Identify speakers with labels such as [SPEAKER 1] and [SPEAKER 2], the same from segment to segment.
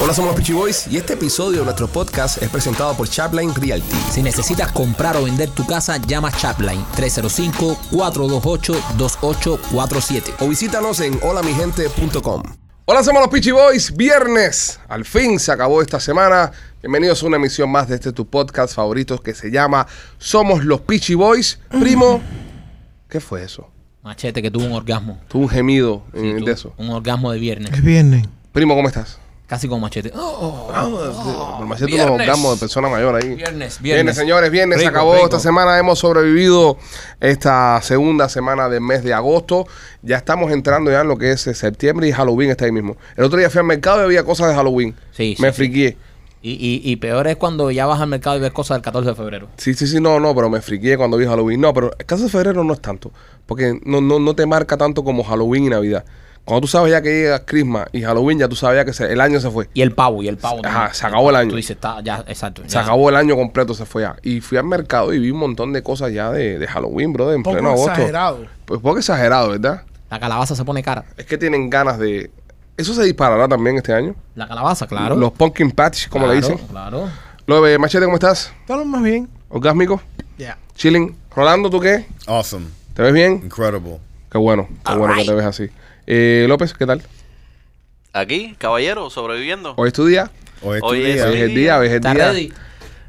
[SPEAKER 1] Hola, somos los Peachy Boys y este episodio de nuestro podcast es presentado por Chapline Realty.
[SPEAKER 2] Si necesitas comprar o vender tu casa, llama Chapline 305-428-2847.
[SPEAKER 1] O visítanos en holamigente.com. Hola, somos los Peachy Boys. Viernes. Al fin se acabó esta semana. Bienvenidos a una emisión más de este tu podcast favorito que se llama Somos los Peachy Boys. Primo, ¿qué fue eso?
[SPEAKER 2] Machete que tuvo un orgasmo.
[SPEAKER 1] Tuvo un gemido
[SPEAKER 2] Sí,
[SPEAKER 1] en-
[SPEAKER 2] tuvo
[SPEAKER 1] de eso.
[SPEAKER 2] Un orgasmo de viernes.
[SPEAKER 3] Es viernes.
[SPEAKER 1] Primo, ¿cómo estás?
[SPEAKER 2] Casi como machete.
[SPEAKER 1] Por más cierto,
[SPEAKER 2] Ah, viernes.
[SPEAKER 1] nos ahogamos de persona mayor ahí.
[SPEAKER 2] Viernes, viernes.
[SPEAKER 1] señores, viernes. se
[SPEAKER 2] Rico,
[SPEAKER 1] acabó
[SPEAKER 2] rico.
[SPEAKER 1] esta semana. Hemos sobrevivido esta segunda semana del mes de agosto. Ya estamos entrando ya en lo que es eh, septiembre y Halloween está ahí mismo. El otro día fui al mercado y había cosas de Halloween.
[SPEAKER 2] Sí, sí,
[SPEAKER 1] Me
[SPEAKER 2] sí.
[SPEAKER 1] friqué.
[SPEAKER 2] Y, y- y peor es cuando ya vas al mercado y ves cosas del 14 de febrero.
[SPEAKER 1] Sí, sí, sí, no, no, pero me friqué cuando vi Halloween. No, pero el caso de febrero no es tanto, porque no, no, no te marca tanto como Halloween y Navidad. Cuando tú sabes ya que llega Christmas y Halloween, ya tú sabes ya que se- el año se fue.
[SPEAKER 2] Y el pavo, y el pavo.
[SPEAKER 1] Ajá,
[SPEAKER 2] también.
[SPEAKER 1] se acabó el año.
[SPEAKER 2] Tú dices, está, ya, exacto.
[SPEAKER 1] Se
[SPEAKER 2] ya.
[SPEAKER 1] acabó el año completo, se fue ya. Y fui al mercado y vi un montón de cosas ya de, de Halloween, brother, en
[SPEAKER 3] Poco
[SPEAKER 1] pleno agosto.
[SPEAKER 3] exagerado.
[SPEAKER 1] Pues poco exagerado, ¿verdad?
[SPEAKER 2] La calabaza se pone cara.
[SPEAKER 1] Es que tienen ganas de... Eso se disparará también este año.
[SPEAKER 2] La calabaza, claro.
[SPEAKER 1] Los pumpkin patch, como le
[SPEAKER 2] Claro,
[SPEAKER 1] dicen.
[SPEAKER 2] Claro.
[SPEAKER 1] Lobe, Machete, ¿cómo estás?
[SPEAKER 3] Todo más bien.
[SPEAKER 1] ¿Orgásmico?
[SPEAKER 3] Ya.
[SPEAKER 1] ¿Chilling? ¿Rolando, tú qué?
[SPEAKER 4] Awesome.
[SPEAKER 1] ¿Te ves bien?
[SPEAKER 4] Incredible.
[SPEAKER 1] Qué bueno, qué bueno que te ves así. Eh, López, ¿qué tal?
[SPEAKER 5] Aquí, caballero, sobreviviendo.
[SPEAKER 1] Hoy es tu día,
[SPEAKER 4] Hoy es tu
[SPEAKER 5] Hoy es
[SPEAKER 4] día.
[SPEAKER 1] hoy es el día, hoy es el
[SPEAKER 2] ¿Estás
[SPEAKER 1] día.
[SPEAKER 2] ready?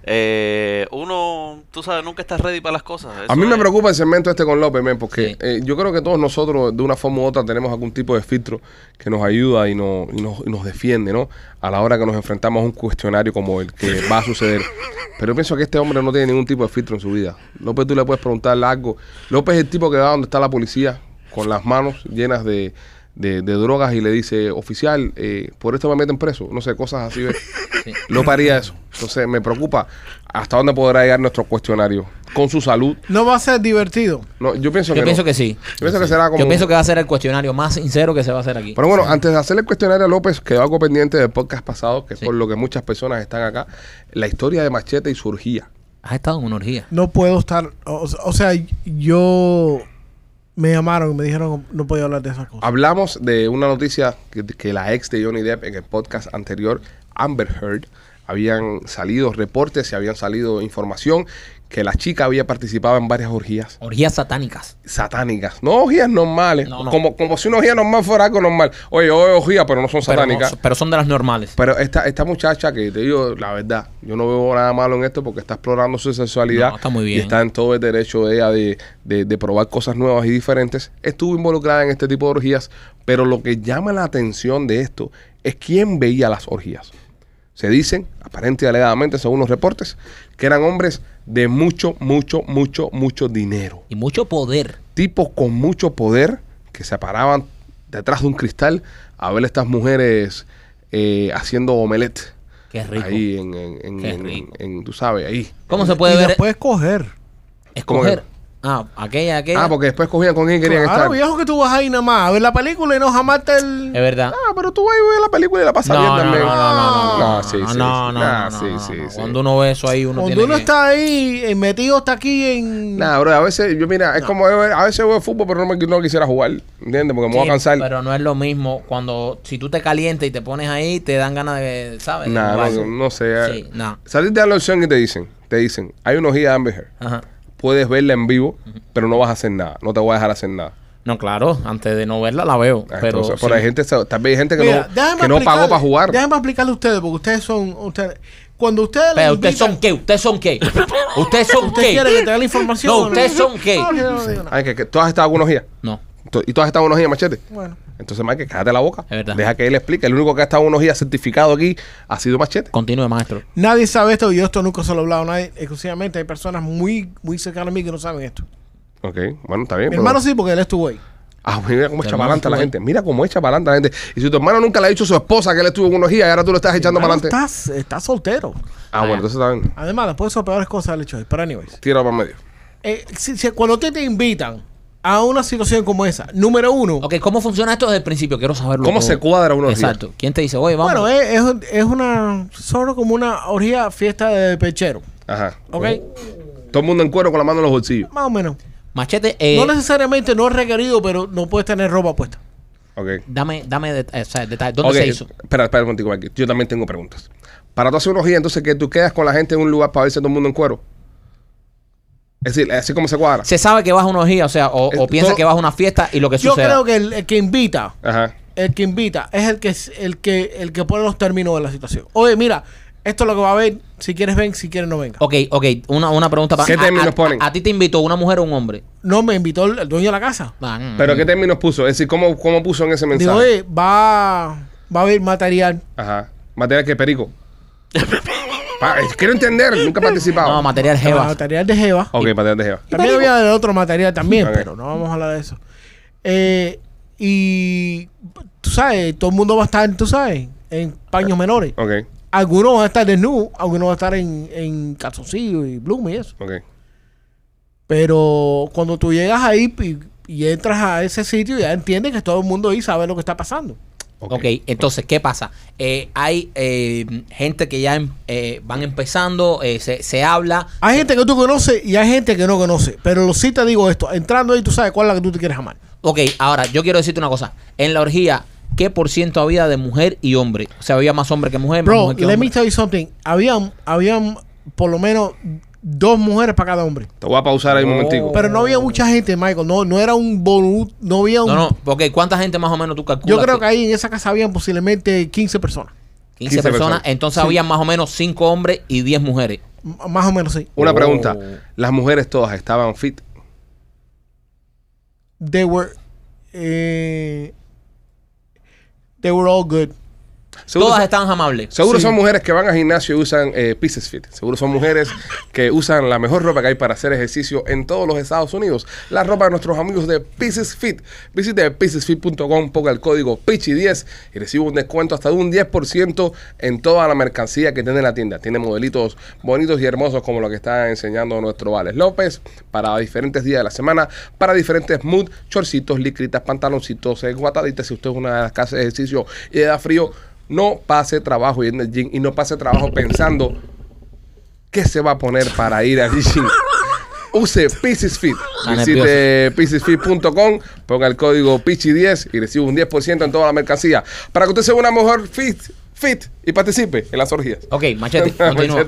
[SPEAKER 5] Eh, uno, tú sabes, nunca estás ready para las cosas. Eso
[SPEAKER 1] A mí me
[SPEAKER 5] es-
[SPEAKER 1] preocupa el segmento este con López, men, porque
[SPEAKER 2] Sí.
[SPEAKER 1] eh, yo creo que todos nosotros, de una forma u otra, tenemos algún tipo de filtro que nos ayuda y, no- y nos, y nos defiende, ¿no? A la hora que nos enfrentamos a un cuestionario como el que va a suceder. Pero yo pienso que este hombre no tiene ningún tipo de filtro en su vida. López, tú le puedes preguntar algo. López es el tipo que va donde está la policía, con las manos llenas de, de- de drogas y le dice, oficial, eh, por esto me meten preso. No sé, cosas así. ¿ves?
[SPEAKER 2] Sí.
[SPEAKER 1] López haría eso. Entonces me preocupa hasta dónde podrá llegar nuestro cuestionario con su salud.
[SPEAKER 3] No va a ser divertido.
[SPEAKER 1] No, yo pienso
[SPEAKER 2] Yo
[SPEAKER 1] que no.
[SPEAKER 2] pienso que sí.
[SPEAKER 1] Yo pienso que será como.
[SPEAKER 2] Yo pienso que va a ser el cuestionario más sincero que se va a hacer aquí.
[SPEAKER 1] Pero bueno, antes de hacerle el cuestionario a López, quedó algo pendiente del podcast pasado, que es
[SPEAKER 2] Sí.
[SPEAKER 1] por lo que muchas personas están acá. La historia de Machete y su orgía.
[SPEAKER 2] Has estado en una orgía.
[SPEAKER 3] No puedo estar. O, o sea, yo. Me llamaron y me dijeron no podía hablar de esas cosas.
[SPEAKER 1] Hablamos de una noticia que, que la ex de Johnny Depp en el podcast anterior, Amber Heard, habían salido reportes y habían salido información que la chica había participado en varias orgías
[SPEAKER 2] Orgías satánicas.
[SPEAKER 1] satánicas. No orgías normales.
[SPEAKER 2] No, no.
[SPEAKER 1] Como, como si una orgía normal fuera algo normal. Oye, hoy orgía, pero no son
[SPEAKER 2] Pero, no-
[SPEAKER 1] satánicas.
[SPEAKER 2] pero son de las normales.
[SPEAKER 1] Pero esta, esta muchacha que te digo la verdad, yo no veo nada malo en esto porque está explorando su sexualidad
[SPEAKER 2] No, está muy bien.
[SPEAKER 1] y está en todo el derecho de ella de, de- de probar cosas nuevas y diferentes. Estuvo involucrada en este tipo de orgías, pero lo que llama la atención de esto es quién veía las orgías. Se dicen, aparente y alegadamente, según los reportes, que eran hombres de mucho, mucho, mucho, mucho dinero
[SPEAKER 2] Y mucho poder.
[SPEAKER 1] tipos con mucho poder que se paraban detrás de un cristal a ver a estas mujeres eh, haciendo omelette.
[SPEAKER 2] Qué rico.
[SPEAKER 1] Ahí en, en- en-
[SPEAKER 2] Qué
[SPEAKER 1] en-
[SPEAKER 2] rico.
[SPEAKER 1] en- tú sabes, ahí.
[SPEAKER 2] ¿Cómo se puede
[SPEAKER 3] y
[SPEAKER 2] ver? eh.
[SPEAKER 3] las puedes coger.
[SPEAKER 2] Escoger.
[SPEAKER 1] ¿Cómo
[SPEAKER 2] Ah, aquella, aquella.
[SPEAKER 1] Ah, porque después cogían con quién querían
[SPEAKER 3] Claro,
[SPEAKER 1] estar.
[SPEAKER 3] viejo, que tú vas ahí nada más a ver la película y no jamás te el.
[SPEAKER 2] Es verdad.
[SPEAKER 1] Ah, pero tú vas a ver la película y la pasas bien
[SPEAKER 2] No, no, no, no,
[SPEAKER 1] también.
[SPEAKER 2] no, no, no,
[SPEAKER 1] Ah, sí, sí, sí.
[SPEAKER 2] no, no,
[SPEAKER 1] Ah,
[SPEAKER 2] no,
[SPEAKER 1] sí,
[SPEAKER 2] no,
[SPEAKER 1] sí,
[SPEAKER 2] no.
[SPEAKER 1] sí.
[SPEAKER 2] Cuando uno ve eso ahí, uno
[SPEAKER 3] Cuando
[SPEAKER 2] tiene
[SPEAKER 3] uno
[SPEAKER 2] que-
[SPEAKER 3] está ahí, eh, metido está aquí en.
[SPEAKER 1] Nah, bro, a veces, yo mira, es como yo- a veces veo fútbol, pero no, me, no quisiera jugar, ¿entiendes? Porque me voy
[SPEAKER 2] Sí,
[SPEAKER 1] a cansar.
[SPEAKER 2] Pero no es lo mismo cuando si tú te calientas y te pones ahí, te dan ganas de, ¿sabes?
[SPEAKER 1] Nah, no,
[SPEAKER 2] De jugar.
[SPEAKER 1] no sé.
[SPEAKER 2] eh,
[SPEAKER 1] eh.
[SPEAKER 2] Sí, no.
[SPEAKER 1] Saliste a la opción y te dicen, te dicen, hay una orgía de Amber Heard.
[SPEAKER 2] Ajá.
[SPEAKER 1] puedes verla en vivo, pero no vas a hacer nada, no te voy a dejar hacer nada.
[SPEAKER 2] No, claro, antes de no verla la veo, pero
[SPEAKER 1] Ah, Entonces, pero
[SPEAKER 2] sí.
[SPEAKER 1] hay gente, tal vez hay gente que
[SPEAKER 3] Mira,
[SPEAKER 1] no,
[SPEAKER 3] déjame
[SPEAKER 1] que no pagó
[SPEAKER 3] explicarle-
[SPEAKER 1] para jugar.
[SPEAKER 3] Déjame explicarle a ustedes, porque ustedes son. Ustedes, cuando ustedes.
[SPEAKER 2] Pero
[SPEAKER 3] le
[SPEAKER 2] ustedes
[SPEAKER 3] invitan-
[SPEAKER 2] son qué, ustedes son qué. Ustedes son
[SPEAKER 3] ¿Ustedes quieren que te
[SPEAKER 2] qué.
[SPEAKER 3] dé la información?
[SPEAKER 2] No, ustedes son qué.
[SPEAKER 3] No, yo no digo nada.
[SPEAKER 1] Ay, que, que tú has estado algunos días.
[SPEAKER 2] No.
[SPEAKER 1] Tú- Y tú has estado unos días, machete.
[SPEAKER 3] Bueno.
[SPEAKER 1] Entonces, Mike, cállate la boca.
[SPEAKER 2] Es verdad.
[SPEAKER 1] Deja que él explique. El único que ha estado unos días certificado aquí ha sido machete.
[SPEAKER 2] Continúe, maestro.
[SPEAKER 3] Nadie sabe esto y yo esto nunca se lo he hablado a nadie. Exclusivamente hay personas muy, muy cercanas a mí que no saben esto.
[SPEAKER 1] Ok, bueno, está bien.
[SPEAKER 3] Mi
[SPEAKER 1] pero-
[SPEAKER 3] hermano sí, porque él estuvo ahí.
[SPEAKER 1] Ah, mira cómo
[SPEAKER 2] Mi
[SPEAKER 1] echa
[SPEAKER 2] hermano
[SPEAKER 1] para adelante la
[SPEAKER 2] estuvo ahí.
[SPEAKER 1] gente. Mira cómo echa para adelante la gente. Y si tu hermano nunca le ha dicho a su esposa que él estuvo en unos días y ahora tú lo estás echando para
[SPEAKER 3] Hermano,
[SPEAKER 1] adelante.
[SPEAKER 3] estás, estás soltero.
[SPEAKER 1] Ah, bueno, entonces está bien.
[SPEAKER 3] Además, después son peores cosas del hecho hoy. Pero anyways.
[SPEAKER 1] Tira para medio.
[SPEAKER 3] Eh, si- si- cuando te, te invitan a una situación como esa, número uno,
[SPEAKER 2] Ok, ¿cómo funciona esto desde el principio? Quiero saberlo.
[SPEAKER 1] ¿Cómo
[SPEAKER 2] todo.
[SPEAKER 1] se cuadra una orgía?
[SPEAKER 2] Exacto. ¿Quién te dice, oye, vamos?
[SPEAKER 3] bueno, eh, es, es- es una solo como una orgía fiesta de pechero.
[SPEAKER 1] Ajá.
[SPEAKER 3] ¿Ok?
[SPEAKER 1] Todo el mundo en cuero con la mano en los bolsillos.
[SPEAKER 3] Más o menos.
[SPEAKER 2] Machete, eh,
[SPEAKER 3] no necesariamente no es requerido, pero no puedes tener ropa puesta.
[SPEAKER 1] Ok.
[SPEAKER 2] Dame, dame deta- eh, o sea, detalles. ¿Dónde
[SPEAKER 1] Ok,
[SPEAKER 2] se hizo?
[SPEAKER 1] Espera, espera un momentico, Mikey. Yo también tengo preguntas. Para tú hacer unos días, entonces que tú quedas con la gente en un lugar para verse todo el mundo en cuero. Es decir, así como se cuadra.
[SPEAKER 2] Se sabe que vas a una orgía, o sea, o,
[SPEAKER 1] Eh,
[SPEAKER 2] o piensa
[SPEAKER 1] todo-
[SPEAKER 2] que vas a una fiesta y lo que
[SPEAKER 3] Yo
[SPEAKER 2] sucede.
[SPEAKER 3] creo que el, el que invita,
[SPEAKER 1] Ajá.
[SPEAKER 3] el que invita es el que es- el que el que pone los términos de la situación. Oye, mira, esto es lo que va a haber. Si quieres ven, si quieres no venga.
[SPEAKER 2] Ok, ok, una, una pregunta para
[SPEAKER 1] ¿Qué
[SPEAKER 2] a-
[SPEAKER 1] términos
[SPEAKER 2] a-
[SPEAKER 1] ponen?
[SPEAKER 2] A, a ti te invitó una mujer o un hombre.
[SPEAKER 3] No me invitó el, el dueño de la casa.
[SPEAKER 2] Ah, mm, eh.
[SPEAKER 1] Pero
[SPEAKER 2] mm.
[SPEAKER 1] ¿qué términos puso? Es decir, ¿cómo, cómo puso en ese
[SPEAKER 3] Digo,
[SPEAKER 1] mensaje?
[SPEAKER 3] oye, va, va a haber material.
[SPEAKER 1] Ajá. Material que perico. Pa- eh, quiero entender, nunca he participado.
[SPEAKER 2] No, material jeva.
[SPEAKER 3] Material de Jeva.
[SPEAKER 1] ok, material de jeva.
[SPEAKER 3] También había de otro material también,
[SPEAKER 1] Ok.
[SPEAKER 3] pero no vamos a hablar de eso. Eh, y tú sabes, todo el mundo va a estar, tú sabes, en paños menores.
[SPEAKER 1] Ok,
[SPEAKER 3] Algunos van a estar desnudos, algunos van a estar en, en calzoncillo y blume y eso.
[SPEAKER 1] ok.
[SPEAKER 3] Pero cuando tú llegas ahí y, y entras a ese sitio, ya entiendes que todo el mundo ahí sabe lo que está pasando.
[SPEAKER 1] Ok.
[SPEAKER 2] Ok, entonces, ¿qué pasa? Eh, hay eh, gente que ya em- eh, van empezando, eh, se, se habla.
[SPEAKER 3] Hay gente que tú conoces y hay gente que no conoce. Pero lo- sí te digo esto, entrando ahí tú sabes cuál es la que tú te quieres amar.
[SPEAKER 2] Ok, ahora, yo quiero decirte una cosa. En la orgía, ¿qué por ciento había de mujer y hombre? O sea, había más hombre que mujer, más
[SPEAKER 3] Bro,
[SPEAKER 2] mujer que
[SPEAKER 3] let
[SPEAKER 2] hombre.
[SPEAKER 3] me tell you something. Habían, habían por lo menos dos mujeres para cada hombre.
[SPEAKER 1] Te voy a pausar ahí un
[SPEAKER 2] No.
[SPEAKER 1] momentico.
[SPEAKER 3] Pero no había mucha gente, Michael. No, no era un bolu, no había un.
[SPEAKER 2] No, no, ok, ¿cuánta gente más o menos tú calculas?
[SPEAKER 3] yo creo que ahí en esa casa habían posiblemente 15 personas.
[SPEAKER 2] 15
[SPEAKER 1] 15
[SPEAKER 2] personas,
[SPEAKER 1] personas.
[SPEAKER 2] entonces había más o menos 5 hombres y 10 mujeres.
[SPEAKER 3] M- más o menos, sí.
[SPEAKER 1] Una
[SPEAKER 2] Oh.
[SPEAKER 1] pregunta. ¿Las mujeres todas estaban fit?
[SPEAKER 3] They were. eh, they were all good.
[SPEAKER 1] Seguro
[SPEAKER 2] Todas
[SPEAKER 1] son-
[SPEAKER 2] estaban amables.
[SPEAKER 1] Seguro
[SPEAKER 3] Sí.
[SPEAKER 1] son mujeres que van al gimnasio y usan eh, Pieces Fit. Seguro son mujeres que usan la mejor ropa que hay para hacer ejercicio en todos los Estados Unidos. La ropa de nuestros amigos de Pieces Fit. Visite piecesfit.com, ponga el código PICHI10 y recibe un descuento hasta de un 10% en toda la mercancía que tiene la tienda. Tiene modelitos bonitos y hermosos como lo que está enseñando nuestro Vales López para diferentes días de la semana, para diferentes mood, chorcitos, licritas, pantaloncitos, eh, guataditas. Si usted es una de las casas de ejercicio y le da frío, no pase trabajo y en el gym y no pase trabajo pensando qué se va a poner para ir al gym. Use Pieces Fit.
[SPEAKER 2] Está
[SPEAKER 1] Visite piecesfit.com, ponga el código PICHI10 y recibe un 10% en toda la mercancía. Para que usted sea una mejor fit, fit y participe en las orgías.
[SPEAKER 2] Ok, machete, Oh, continúa.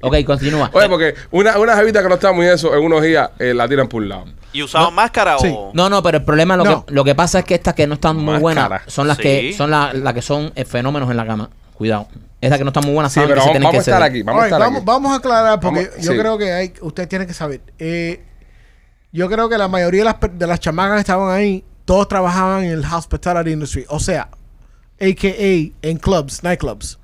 [SPEAKER 2] ok, continúa.
[SPEAKER 1] Oye, porque una, una jevita que no está muy eso, en unos días eh, la tiran por un lado.
[SPEAKER 5] ¿Y usaban máscara
[SPEAKER 3] sí.
[SPEAKER 5] o...?
[SPEAKER 2] No, no, pero el problema lo,
[SPEAKER 3] No.
[SPEAKER 2] que, lo que pasa es que estas que no están muy
[SPEAKER 1] Más
[SPEAKER 2] buenas
[SPEAKER 1] cara.
[SPEAKER 2] son las
[SPEAKER 5] Sí.
[SPEAKER 2] que son la- las que son eh, fenómenos en la cama. Cuidado. Estas que no están muy buenas
[SPEAKER 1] Sí,
[SPEAKER 2] saben
[SPEAKER 1] pero
[SPEAKER 2] que Ah, se
[SPEAKER 1] vamos,
[SPEAKER 2] tienen
[SPEAKER 1] vamos a
[SPEAKER 2] que
[SPEAKER 1] estar
[SPEAKER 2] ceder.
[SPEAKER 1] aquí. Vamos a
[SPEAKER 3] Alright,
[SPEAKER 1] estar
[SPEAKER 3] vamos,
[SPEAKER 1] aquí.
[SPEAKER 3] vamos a aclarar porque
[SPEAKER 1] Vamos-
[SPEAKER 3] yo
[SPEAKER 1] sí.
[SPEAKER 3] creo que hay, ustedes tienen que saber. Eh, yo creo que la mayoría de las, per- de las chamacas que estaban ahí, todos trabajaban en el hospitality industry. O sea, a.k.a. en clubs, nightclubs.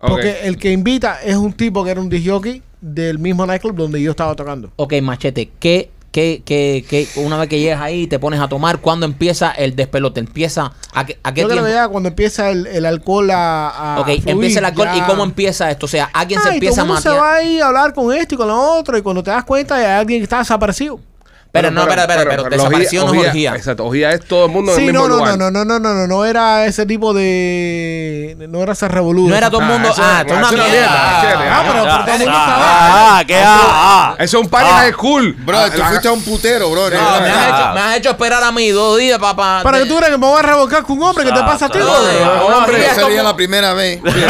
[SPEAKER 1] Ok.
[SPEAKER 3] Porque el que invita es un tipo que era un disc jockey del mismo nightclub donde yo estaba tocando.
[SPEAKER 2] Ok, machete, ¿qué, qué, qué, qué, una vez que llegas ahí y te pones a tomar, ¿cuándo empieza el despelote? ¿Empieza a qué, a qué
[SPEAKER 3] Yo creo
[SPEAKER 2] tiempo?
[SPEAKER 3] que ya cuando empieza el, el alcohol a, a
[SPEAKER 2] ok,
[SPEAKER 3] fluir,
[SPEAKER 2] empieza el alcohol y
[SPEAKER 3] ya-
[SPEAKER 2] cómo empieza esto. O sea, alguien se
[SPEAKER 3] Ay,
[SPEAKER 2] empieza a
[SPEAKER 3] todo el mundo se
[SPEAKER 2] matear.
[SPEAKER 3] va ahí a hablar con esto y con lo otro y cuando te das cuenta hay alguien que está desaparecido.
[SPEAKER 2] Pero no, espera, espera,
[SPEAKER 1] la
[SPEAKER 2] pero
[SPEAKER 1] orgía-
[SPEAKER 2] desapareció no es orgía.
[SPEAKER 1] Exacto, orgía es todo el mundo en
[SPEAKER 3] Sí,
[SPEAKER 1] el mismo
[SPEAKER 3] no, no,
[SPEAKER 1] lugar.
[SPEAKER 3] no, no, no, no, no, no, no era ese tipo de... No era esa revolución.
[SPEAKER 2] No era todo el mundo.
[SPEAKER 1] eso-
[SPEAKER 2] Ah, esto es
[SPEAKER 1] eso
[SPEAKER 2] una
[SPEAKER 1] es una mierda,
[SPEAKER 2] mierda.
[SPEAKER 1] machete.
[SPEAKER 3] Ah, pero, pero todo el mundo estaba...
[SPEAKER 5] ah, ah, que ah, ah.
[SPEAKER 1] Eso es un party
[SPEAKER 5] Ah.
[SPEAKER 1] high school.
[SPEAKER 4] Bro,
[SPEAKER 1] Ah,
[SPEAKER 4] tú
[SPEAKER 1] la-
[SPEAKER 4] fuiste a un putero, bro.
[SPEAKER 2] No, me, has
[SPEAKER 5] Ah.
[SPEAKER 2] hecho, me has hecho esperar a mí dos días, papá.
[SPEAKER 3] Para que tú creas que me voy a revolcar con un hombre que te pasa a ti.
[SPEAKER 5] Exacto.
[SPEAKER 3] brother?
[SPEAKER 2] Joder,
[SPEAKER 1] Hombre,
[SPEAKER 2] hombre,
[SPEAKER 4] Esa
[SPEAKER 2] esto-
[SPEAKER 4] sería la primera vez.
[SPEAKER 2] machete.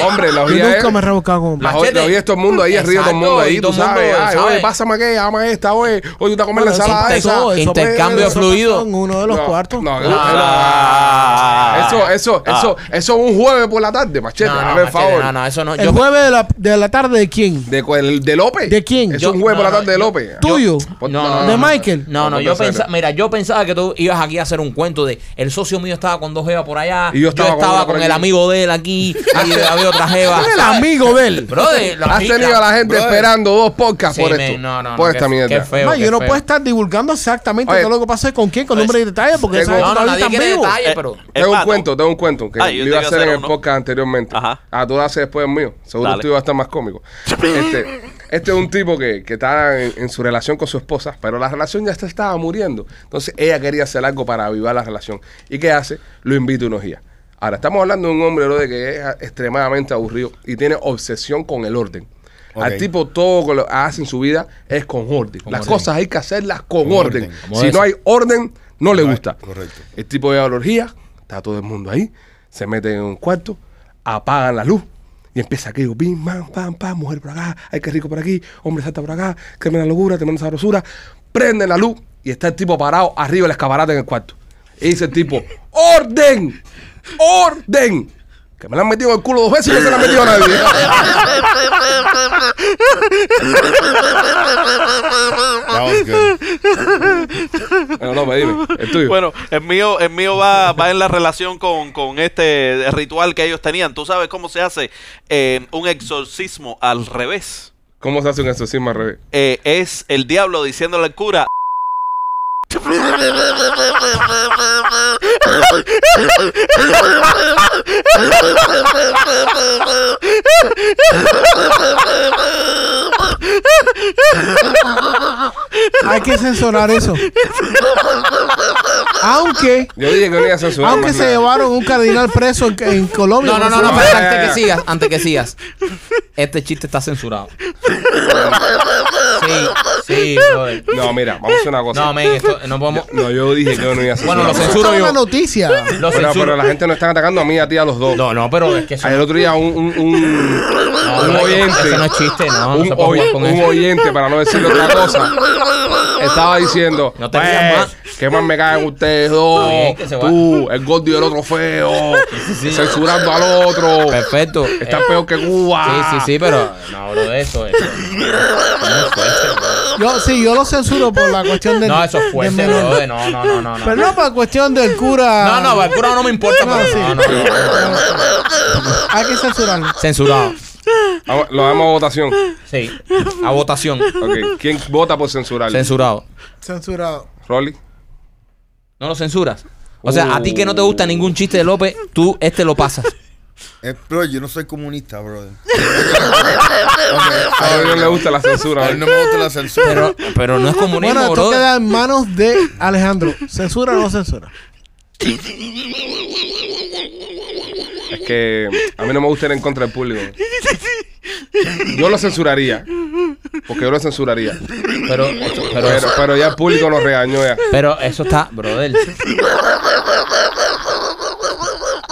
[SPEAKER 1] No, hombre, la
[SPEAKER 3] Yo
[SPEAKER 1] orgía es...
[SPEAKER 3] nunca me he revolcado con un hombre.
[SPEAKER 1] La
[SPEAKER 2] Machete.
[SPEAKER 1] orgía es todo el mundo ahí, es río todo el mundo
[SPEAKER 2] Ah, Exacto,
[SPEAKER 1] ahí,
[SPEAKER 2] y
[SPEAKER 1] tú
[SPEAKER 2] todo el mundo
[SPEAKER 1] sabes. Ay,
[SPEAKER 2] sabe.
[SPEAKER 1] oye, pásame que ama esta, oye. Oye, tú te comes la
[SPEAKER 3] Bueno,
[SPEAKER 1] ensalada
[SPEAKER 2] eso-
[SPEAKER 1] esa.
[SPEAKER 2] eso- intercambio
[SPEAKER 3] pasó
[SPEAKER 2] fluido.
[SPEAKER 3] En uno de los
[SPEAKER 1] No,
[SPEAKER 3] cuartos.
[SPEAKER 1] No,
[SPEAKER 5] Ah, ah, ah,
[SPEAKER 1] Eso, eso,
[SPEAKER 5] ah.
[SPEAKER 1] eso, eso es un jueves por la tarde, machete.
[SPEAKER 2] No, no,
[SPEAKER 1] Dame el
[SPEAKER 2] machete,
[SPEAKER 1] favor.
[SPEAKER 2] no, no, eso no.
[SPEAKER 3] el
[SPEAKER 2] yo-
[SPEAKER 3] jueves de la, de la tarde de quién?
[SPEAKER 1] De, cu- el- de López.
[SPEAKER 3] ¿De quién?
[SPEAKER 1] Es
[SPEAKER 2] Yo-
[SPEAKER 1] un jueves por la
[SPEAKER 2] no, no,
[SPEAKER 1] tarde de
[SPEAKER 2] yo- Pues,
[SPEAKER 1] López.
[SPEAKER 3] Tuyo.
[SPEAKER 1] Por-
[SPEAKER 2] No, no,
[SPEAKER 3] ¿De
[SPEAKER 2] no, no.
[SPEAKER 3] Michael?
[SPEAKER 2] No, no,
[SPEAKER 1] Vamos a
[SPEAKER 2] yo
[SPEAKER 1] hacer.
[SPEAKER 2] pensaba, mira, yo pensaba que tú ibas aquí a hacer un cuento de el socio mío estaba con dos jevas por allá,
[SPEAKER 1] Y yo estaba con una por
[SPEAKER 2] con, el
[SPEAKER 1] aquí.
[SPEAKER 2] amigo de él aquí, y había otra jeva.
[SPEAKER 3] El amigo de él.
[SPEAKER 2] Bro, de la
[SPEAKER 1] Has
[SPEAKER 2] gira.
[SPEAKER 1] tenido a la gente
[SPEAKER 4] Brother.
[SPEAKER 1] esperando dos podcasts
[SPEAKER 2] Sí,
[SPEAKER 1] por
[SPEAKER 2] men,
[SPEAKER 1] esto.
[SPEAKER 2] no, no, no,
[SPEAKER 1] Por
[SPEAKER 2] qué-
[SPEAKER 1] esta
[SPEAKER 2] qué
[SPEAKER 1] mierda.
[SPEAKER 2] feo.
[SPEAKER 3] Ma, yo no
[SPEAKER 2] feo.
[SPEAKER 3] puedo estar divulgando exactamente
[SPEAKER 1] Oye, pues,
[SPEAKER 3] todo lo que pasó con quién, con nombre y detalle, porque
[SPEAKER 1] tengo-
[SPEAKER 3] sabes
[SPEAKER 2] No, no,
[SPEAKER 3] que todavía
[SPEAKER 2] nadie
[SPEAKER 3] están
[SPEAKER 2] quiere
[SPEAKER 3] vivos.
[SPEAKER 5] Eh,
[SPEAKER 2] detalles, pero
[SPEAKER 1] Tengo un
[SPEAKER 5] Hermano.
[SPEAKER 1] cuento, tengo un cuento que
[SPEAKER 5] Ah, yo
[SPEAKER 1] lo iba a
[SPEAKER 5] tengo que
[SPEAKER 1] hacer en
[SPEAKER 5] hacer
[SPEAKER 1] el
[SPEAKER 5] uno.
[SPEAKER 1] podcast anteriormente.
[SPEAKER 5] Ajá.
[SPEAKER 1] Ah, tú lo haces después del mío. Seguro
[SPEAKER 5] Dale.
[SPEAKER 1] tú ibas a estar más cómico. Este, este es un tipo que, que está en, en su relación con su esposa, pero la relación ya se estaba muriendo. Entonces ella quería hacer algo para avivar la relación. ¿Y qué hace? Lo invita unos días. Ahora, estamos hablando de un hombre bro, de que es extremadamente aburrido y tiene obsesión con el orden.
[SPEAKER 4] Ok.
[SPEAKER 1] Al tipo todo lo que hace en su vida es con orden. las
[SPEAKER 2] orden.
[SPEAKER 1] cosas hay que hacerlas con,
[SPEAKER 4] Con
[SPEAKER 1] orden.
[SPEAKER 4] orden.
[SPEAKER 2] Como
[SPEAKER 1] Si
[SPEAKER 2] eso.
[SPEAKER 1] no hay orden, no le gusta.
[SPEAKER 4] Correcto.
[SPEAKER 1] El tipo de orgía, está todo el mundo ahí, se mete en un cuarto, apagan la luz y empieza aquello, pim, pam, pam, pam, mujer por acá, ay, qué rico por aquí, hombre salta por acá, tremenda locura, tremenda sabrosura. Prenden la luz y está el tipo parado arriba del escaparate en el cuarto. Y dice el tipo, ¡orden! ¡orden! Que me la han metido en el culo dos veces y no se la han metido a nadie.
[SPEAKER 4] That was
[SPEAKER 1] Bueno,
[SPEAKER 4] good.
[SPEAKER 1] no, me dime, el tuyo.
[SPEAKER 5] Bueno, el mío, el mío va, va en la relación con, con este ritual que ellos tenían. ¿Tú sabes cómo se hace eh, un exorcismo al revés?
[SPEAKER 1] ¿Cómo se hace un exorcismo al revés?
[SPEAKER 5] Eh, es el diablo diciéndole al cura.
[SPEAKER 3] Hay que censurar eso. Aunque,
[SPEAKER 1] Yo dije que no iba a censurar.
[SPEAKER 3] aunque
[SPEAKER 1] más
[SPEAKER 3] Ah, se
[SPEAKER 1] nada.
[SPEAKER 3] llevaron un cardinal preso en, en Colombia.
[SPEAKER 2] No, no,
[SPEAKER 3] por
[SPEAKER 2] no,
[SPEAKER 3] eso-
[SPEAKER 1] No,
[SPEAKER 2] no, pero
[SPEAKER 1] ya, ya,
[SPEAKER 2] antes
[SPEAKER 1] ya.
[SPEAKER 2] que sigas, antes que sigas. Este chiste está censurado. Sí, sí, brother.
[SPEAKER 1] No, mira, vamos a hacer una cosa.
[SPEAKER 2] No, men, esto no podemos.
[SPEAKER 1] No, yo dije que yo no iba a censurar.
[SPEAKER 2] Bueno, lo
[SPEAKER 3] Eso
[SPEAKER 2] censuro
[SPEAKER 3] está
[SPEAKER 2] yo.
[SPEAKER 3] una noticia.
[SPEAKER 2] Lo
[SPEAKER 1] Pero,
[SPEAKER 2] censuro.
[SPEAKER 1] pero la gente no está atacando a mí y a ti a los dos.
[SPEAKER 2] No, no, pero es que eso
[SPEAKER 1] El otro día un, un, un,
[SPEAKER 2] no,
[SPEAKER 1] un
[SPEAKER 2] no,
[SPEAKER 1] oyente,
[SPEAKER 2] eso no es chiste, no, no
[SPEAKER 1] un,
[SPEAKER 2] se puede jugar
[SPEAKER 1] oy-
[SPEAKER 2] con
[SPEAKER 1] un
[SPEAKER 2] eso.
[SPEAKER 1] oyente, para no decir otra cosa, estaba diciendo,
[SPEAKER 2] No te
[SPEAKER 1] "Pues,
[SPEAKER 2] rías más".
[SPEAKER 1] ¿qué más me caen ustedes dos?
[SPEAKER 2] Está bien, que se va.
[SPEAKER 1] Tú, el gordo y el otro feo,
[SPEAKER 2] sí.
[SPEAKER 1] censurando al otro,
[SPEAKER 2] Perfecto.
[SPEAKER 1] está
[SPEAKER 2] Eh,
[SPEAKER 1] peor que Cuba.
[SPEAKER 2] Sí, sí, sí, pero no hablo de eso. eso. No, es fuerte, bro.
[SPEAKER 3] Yo, sí, yo lo censuro por la cuestión del.
[SPEAKER 2] No, eso es
[SPEAKER 3] del
[SPEAKER 2] fuerte,
[SPEAKER 3] menor.
[SPEAKER 2] bro. No, no, no, no. no.
[SPEAKER 3] Pero no por cuestión del cura.
[SPEAKER 2] No, no, el cura no me importa.
[SPEAKER 3] No,
[SPEAKER 2] pero
[SPEAKER 3] sí.
[SPEAKER 2] no, no, no, no.
[SPEAKER 3] Hay que censurarlo.
[SPEAKER 2] Censurado.
[SPEAKER 1] Vamos- Lo damos a votación.
[SPEAKER 2] Sí. A votación.
[SPEAKER 1] Ok, ¿Quién vota por censurar?
[SPEAKER 2] Censurado.
[SPEAKER 3] Censurado.
[SPEAKER 1] Rolly.
[SPEAKER 2] No lo censuras. O sea, a ti que no te gusta ningún chiste de López, tú este lo pasas.
[SPEAKER 4] Eh, bro, yo no soy comunista, brother.
[SPEAKER 1] A Rolly no le gusta la censura.
[SPEAKER 4] A mí no me gusta la censura.
[SPEAKER 2] Pero, pero no es
[SPEAKER 3] Bueno,
[SPEAKER 2] comunismo,
[SPEAKER 3] esto
[SPEAKER 2] bro.
[SPEAKER 3] queda en manos de Alejandro. ¿Censura o no censura?
[SPEAKER 1] Es que a mí no me gusta ir en contra del público. Yo lo censuraría. Porque yo lo censuraría.
[SPEAKER 2] Pero, esto- pero,
[SPEAKER 1] Pero,
[SPEAKER 2] eso,
[SPEAKER 1] pero ya el público lo regañó ya.
[SPEAKER 2] pero eso está, brother.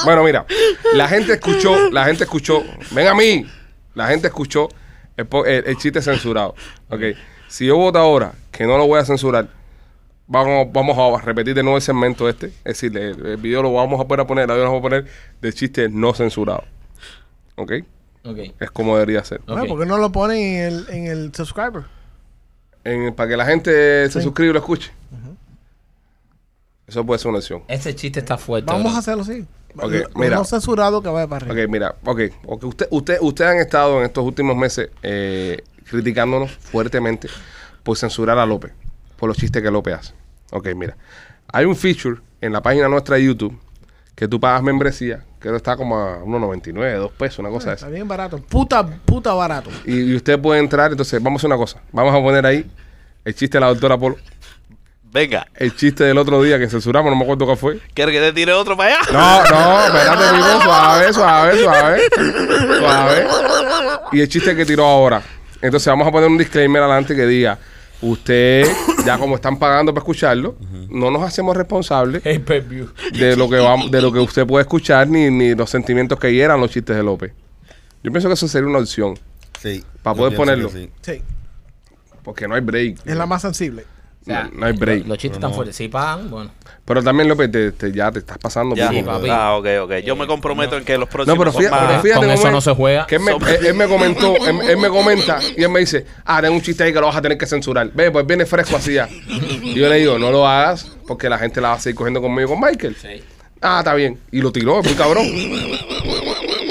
[SPEAKER 1] Bueno, mira. La gente escuchó, la gente escuchó. Ven a mí. La gente escuchó el, po- el- el chiste censurado. Ok. Si yo voto ahora, que no lo voy a censurar, vamos, vamos a repetir de nuevo el segmento este. Es decir, el, el video lo vamos a poner a poner, el audio lo vamos a poner de chiste no censurado. Ok.
[SPEAKER 2] Ok.
[SPEAKER 1] Es como debería ser.
[SPEAKER 2] ok.
[SPEAKER 3] Bueno, ¿Por qué no lo ponen en el, en el subscriber?
[SPEAKER 1] En- para que la gente se
[SPEAKER 3] Sí.
[SPEAKER 1] suscriba y lo escuche. Eso puede ser una opción.
[SPEAKER 2] Ese chiste está fuerte.
[SPEAKER 3] Vamos
[SPEAKER 2] bro.
[SPEAKER 3] a hacerlo así.
[SPEAKER 1] Ok,
[SPEAKER 3] Lo-
[SPEAKER 1] mira.
[SPEAKER 3] No censurado que vaya para
[SPEAKER 1] Ok,
[SPEAKER 3] arriba.
[SPEAKER 1] mira, ok. okay. Usted, usted, usted han estado en estos últimos meses eh, criticándonos fuertemente por censurar a López, por los chistes que López hace. Ok, mira. Hay un feature en la página nuestra de YouTube que tú pagas membresía, que ahora está como a 1,99, 2 pesos, una cosa de
[SPEAKER 3] Está
[SPEAKER 1] esa.
[SPEAKER 3] bien barato. Puta, puta barato.
[SPEAKER 1] Y, y usted puede entrar, entonces vamos a hacer una cosa. Vamos a poner ahí el chiste de la doctora Polo,
[SPEAKER 5] Venga,
[SPEAKER 1] el chiste del otro día que censuramos, no me acuerdo qué fue.
[SPEAKER 5] ¿quieres que te tire otro para allá?
[SPEAKER 1] No, no, espérate, primo, suave, suave, suave, suave. Y el chiste que tiró ahora. Entonces vamos a poner un disclaimer adelante que diga, usted, ya como están pagando para escucharlo, no nos hacemos responsables
[SPEAKER 2] Pay-per-view.
[SPEAKER 1] de lo que vamos, de lo que usted puede escuchar, ni, ni los sentimientos que hieran los chistes de López. Yo pienso que eso sería una opción,
[SPEAKER 4] Sí.
[SPEAKER 1] Para
[SPEAKER 4] yo
[SPEAKER 1] poder
[SPEAKER 4] pienso
[SPEAKER 1] ponerlo.
[SPEAKER 4] que sí.
[SPEAKER 3] Sí.
[SPEAKER 1] porque no hay break.
[SPEAKER 3] Es la más sensible.
[SPEAKER 2] O sea,
[SPEAKER 1] No- no hay break.
[SPEAKER 2] Los, los chistes están fuertes. Sí, pagan, bueno.
[SPEAKER 1] Pero también, López, te- te- ya te estás pasando.
[SPEAKER 5] Ya.
[SPEAKER 1] primo.
[SPEAKER 2] Sí, papi.
[SPEAKER 5] Ah, ok, ok. Yo me comprometo en que los
[SPEAKER 1] No,
[SPEAKER 5] próximos
[SPEAKER 1] pero
[SPEAKER 5] son
[SPEAKER 1] fíjate,
[SPEAKER 5] más-
[SPEAKER 1] pero fíjate
[SPEAKER 2] Con eso
[SPEAKER 1] cómo
[SPEAKER 2] no
[SPEAKER 1] es
[SPEAKER 2] se juega.
[SPEAKER 1] que él, me,
[SPEAKER 5] Son-
[SPEAKER 1] él- él me comentó, él, él me comenta y él me dice, ah, tengo un chiste ahí que lo vas a tener que censurar. Ve, pues viene fresco así ya. Y yo le digo, no lo hagas porque la gente la va a seguir cogiendo conmigo y con Michael. Ah, está bien. Y lo tiró, es muy cabrón.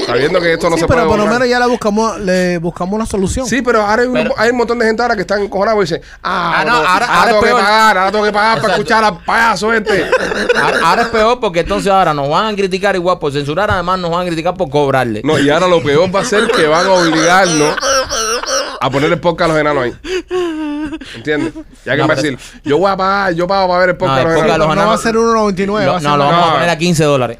[SPEAKER 1] Sabiendo que esto no
[SPEAKER 3] sí,
[SPEAKER 1] se
[SPEAKER 3] pero
[SPEAKER 1] puede
[SPEAKER 3] por lo
[SPEAKER 1] borrar.
[SPEAKER 3] menos ya la buscamos, le buscamos una solución.
[SPEAKER 1] Sí, pero ahora hay un,
[SPEAKER 2] Pero-
[SPEAKER 1] hay un montón de gente ahora que están encojonados y dicen, ah,
[SPEAKER 2] Ah, no,
[SPEAKER 1] no,
[SPEAKER 2] ahora-
[SPEAKER 1] ahora,
[SPEAKER 2] ahora es
[SPEAKER 1] tengo que
[SPEAKER 2] peor.
[SPEAKER 1] pagar, ahora tengo que pagar para
[SPEAKER 2] Exacto.
[SPEAKER 1] escuchar al payaso este.
[SPEAKER 2] Ahora, ahora es peor porque entonces ahora nos van a criticar igual por censurar, además nos van a criticar por cobrarle.
[SPEAKER 1] No, y ahora lo peor va a ser que van a obligarnos a poner el podcast a los enanos ahí. ¿Entiendes? Ya que
[SPEAKER 2] No,
[SPEAKER 1] me va a
[SPEAKER 2] pero-
[SPEAKER 1] decir, yo voy a pagar, yo pago para ver el
[SPEAKER 2] No, el
[SPEAKER 1] podcast a los
[SPEAKER 2] podcast
[SPEAKER 1] enanos.
[SPEAKER 2] los
[SPEAKER 3] no va a
[SPEAKER 2] enanos-
[SPEAKER 3] ser 1.99. va
[SPEAKER 2] Lo-
[SPEAKER 3] a ser
[SPEAKER 2] no, lo
[SPEAKER 3] una-
[SPEAKER 2] vamos a
[SPEAKER 1] No.
[SPEAKER 2] poner a 15 dólares.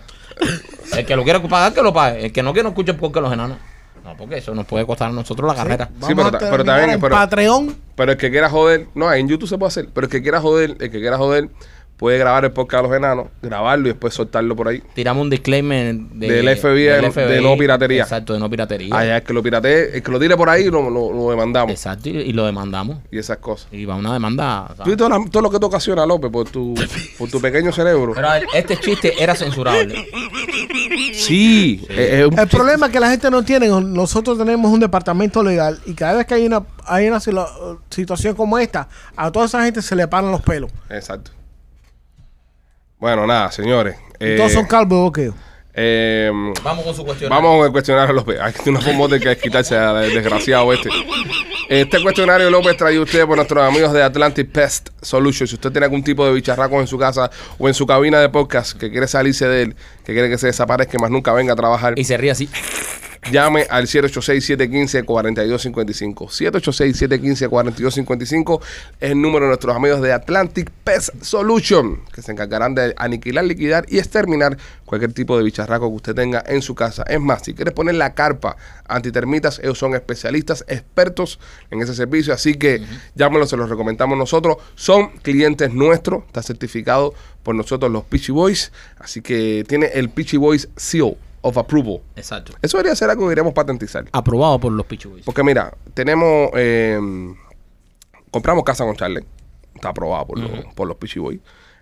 [SPEAKER 2] El que lo quiera pagar, que lo pague. El que no, que no escuche porque los enanos. No, porque eso nos puede costar a nosotros la carrera.
[SPEAKER 3] Vamos
[SPEAKER 1] Sí, pero
[SPEAKER 3] a
[SPEAKER 1] ta- pero
[SPEAKER 3] terminar
[SPEAKER 1] también-
[SPEAKER 3] en
[SPEAKER 1] pero-
[SPEAKER 3] Patreon.
[SPEAKER 1] Pero el que quiera joder, no, en YouTube se puede hacer, pero el que quiera joder, el que quiera joder puede grabar el podcast de los enanos, grabarlo y después soltarlo por ahí.
[SPEAKER 2] Tiramos un disclaimer de-
[SPEAKER 1] Del FBI, de no- de no piratería.
[SPEAKER 2] Exacto, de no piratería.
[SPEAKER 1] Allá el que lo piratee, el que lo tire por ahí lo, lo- lo demandamos.
[SPEAKER 2] Exacto, y, y lo demandamos.
[SPEAKER 1] Y esas cosas.
[SPEAKER 2] Y va una demanda. o sea.
[SPEAKER 1] Tú y todo, la- todo lo que te ocasiona, López, por tu, por tu pequeño cerebro.
[SPEAKER 2] Pero a ver, este chiste era censurable.
[SPEAKER 1] Sí, es- es un
[SPEAKER 3] El problema es que la gente no tiene, nosotros tenemos un departamento legal y cada vez que hay una, hay una silo- situación como esta, a toda esa gente se le paran los pelos.
[SPEAKER 1] Exacto. Bueno, nada, señores.
[SPEAKER 3] Y
[SPEAKER 1] Eh,
[SPEAKER 3] todos son calvos de boqueo.
[SPEAKER 1] eh,
[SPEAKER 2] Vamos con su cuestionario.
[SPEAKER 1] vamos a cuestionar a López. Hay una forma de que quitarse al desgraciado este. Este cuestionario López trae usted por nuestros amigos de Atlantic Pest Solutions. Si usted tiene algún tipo de bicharraco en su casa o en su cabina de podcast que quiere salirse de él, que quiere que se desaparezca y más nunca venga a trabajar,
[SPEAKER 2] Y se ríe así.
[SPEAKER 1] Llame al 786-715-4255. 786-715-4255 es el número de nuestros amigos de Atlantic Pest Solution, que se encargarán de aniquilar, liquidar y exterminar cualquier tipo de bicharraco que usted tenga en su casa. Es más, si quieres poner la carpa antitermitas, ellos son especialistas, expertos en ese servicio, así que llámenlos, se los recomendamos nosotros. Son clientes nuestros, está certificado por nosotros los Peachy Boys, así que tiene el Peachy Boys Seal of Approval.
[SPEAKER 2] Exacto.
[SPEAKER 1] Eso debería ser algo que queremos patentizar.
[SPEAKER 2] Aprobado por los Pichu Boys.
[SPEAKER 1] Porque mira, tenemos. eh, compramos casa con Charlie. Está aprobado por, los, por los Peachy Boys.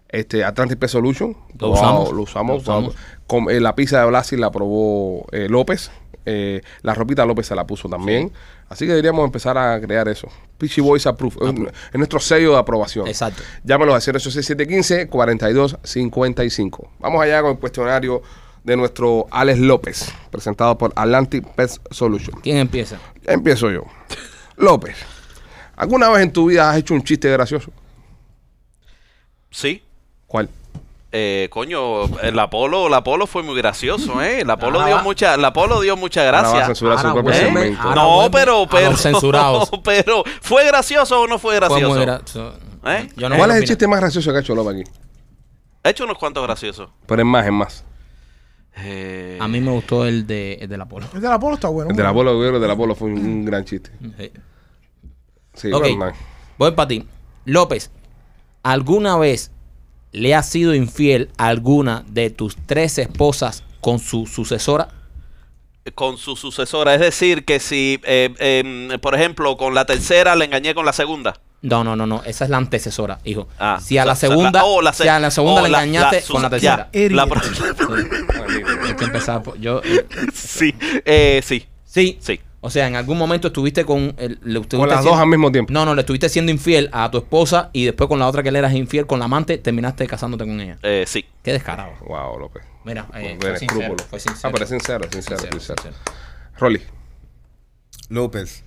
[SPEAKER 1] Este, Atlantic Pest Solution. aprobado,
[SPEAKER 2] usamos.
[SPEAKER 1] Lo usamos.
[SPEAKER 2] Lo usamos.
[SPEAKER 1] Con, eh, la pizza de Blasi la aprobó eh, López. Eh, la ropita López se la puso también. Así que deberíamos empezar a crear eso. Peachy Boys Approve. Es, es nuestro sello de aprobación.
[SPEAKER 2] Exacto.
[SPEAKER 1] Llámalos al 086-715-4255. Vamos allá con el cuestionario de nuestro Alex López, presentado por Atlantic Pest Solution.
[SPEAKER 2] ¿Quién empieza?
[SPEAKER 1] Empiezo yo. López, ¿alguna vez en tu vida has hecho un chiste gracioso?
[SPEAKER 5] Sí.
[SPEAKER 1] ¿Cuál?
[SPEAKER 5] Eh, coño, el Apolo, el Apolo fue muy gracioso, ¿eh? El Apolo
[SPEAKER 2] Ahora
[SPEAKER 5] dio
[SPEAKER 2] va-
[SPEAKER 5] mucha, el Apolo dio muchas
[SPEAKER 1] Ahora va a
[SPEAKER 5] gracias.
[SPEAKER 1] censurar su
[SPEAKER 2] Ahora
[SPEAKER 1] propio
[SPEAKER 2] vuelve.
[SPEAKER 1] segmento.
[SPEAKER 2] Ahora
[SPEAKER 5] No,
[SPEAKER 2] vuelve
[SPEAKER 5] pero,
[SPEAKER 2] a
[SPEAKER 5] pero,
[SPEAKER 2] los Ah, censurados.
[SPEAKER 5] pero, ¿fue gracioso o no fue
[SPEAKER 2] Fue
[SPEAKER 5] gracioso?
[SPEAKER 2] muy gracioso.
[SPEAKER 5] ¿Eh?
[SPEAKER 2] Yo no
[SPEAKER 1] ¿Cuál
[SPEAKER 2] voy a
[SPEAKER 1] es el
[SPEAKER 2] opinar.
[SPEAKER 1] chiste más gracioso que ha hecho López aquí?
[SPEAKER 5] He hecho unos cuantos graciosos.
[SPEAKER 1] Pero es más, es más.
[SPEAKER 5] Eh,
[SPEAKER 2] A mí me gustó el de el del Apolo.
[SPEAKER 3] El de la polo está bueno.
[SPEAKER 1] El del Apolo, el del Apolo fue un, un gran chiste.
[SPEAKER 2] Sí.
[SPEAKER 1] Sí,
[SPEAKER 2] Ok,
[SPEAKER 1] bueno,
[SPEAKER 2] voy para ti. López, ¿alguna vez le has sido infiel a alguna de tus tres esposas con su sucesora?
[SPEAKER 5] con su sucesora, es decir, que si, eh, eh, por ejemplo, con la tercera le engañé con la segunda.
[SPEAKER 2] No, no, no, no. Esa es la antecesora, hijo.
[SPEAKER 5] Ah,
[SPEAKER 2] si a
[SPEAKER 5] o
[SPEAKER 2] la
[SPEAKER 5] sea,
[SPEAKER 2] segunda,
[SPEAKER 5] o la se-
[SPEAKER 2] si a la segunda
[SPEAKER 5] o
[SPEAKER 2] le engañaste con la
[SPEAKER 5] suce-
[SPEAKER 2] tercera.
[SPEAKER 5] ya, la
[SPEAKER 3] Idiota.
[SPEAKER 5] pro-
[SPEAKER 2] Hay que empezar por- yo, eh,
[SPEAKER 5] sí, eh, sí,
[SPEAKER 2] sí.
[SPEAKER 5] sí.
[SPEAKER 2] O sea, en algún momento estuviste con el- le estuviste
[SPEAKER 1] Con las
[SPEAKER 2] siendo-
[SPEAKER 1] dos al mismo tiempo.
[SPEAKER 2] No, no, le estuviste siendo infiel a tu esposa y después con la otra que le eras infiel con la amante, terminaste casándote con ella.
[SPEAKER 5] eh, sí.
[SPEAKER 2] Qué descarado.
[SPEAKER 1] Wow, López.
[SPEAKER 2] Mira, eh,
[SPEAKER 1] Buen
[SPEAKER 2] fue, sincero,
[SPEAKER 1] Pues, escrúpulo.
[SPEAKER 2] fue sincero.
[SPEAKER 1] Ah, pero es sincero, es sincero,
[SPEAKER 2] Sincero,
[SPEAKER 1] es sincero.
[SPEAKER 2] sincero.
[SPEAKER 1] Rolly,
[SPEAKER 4] López,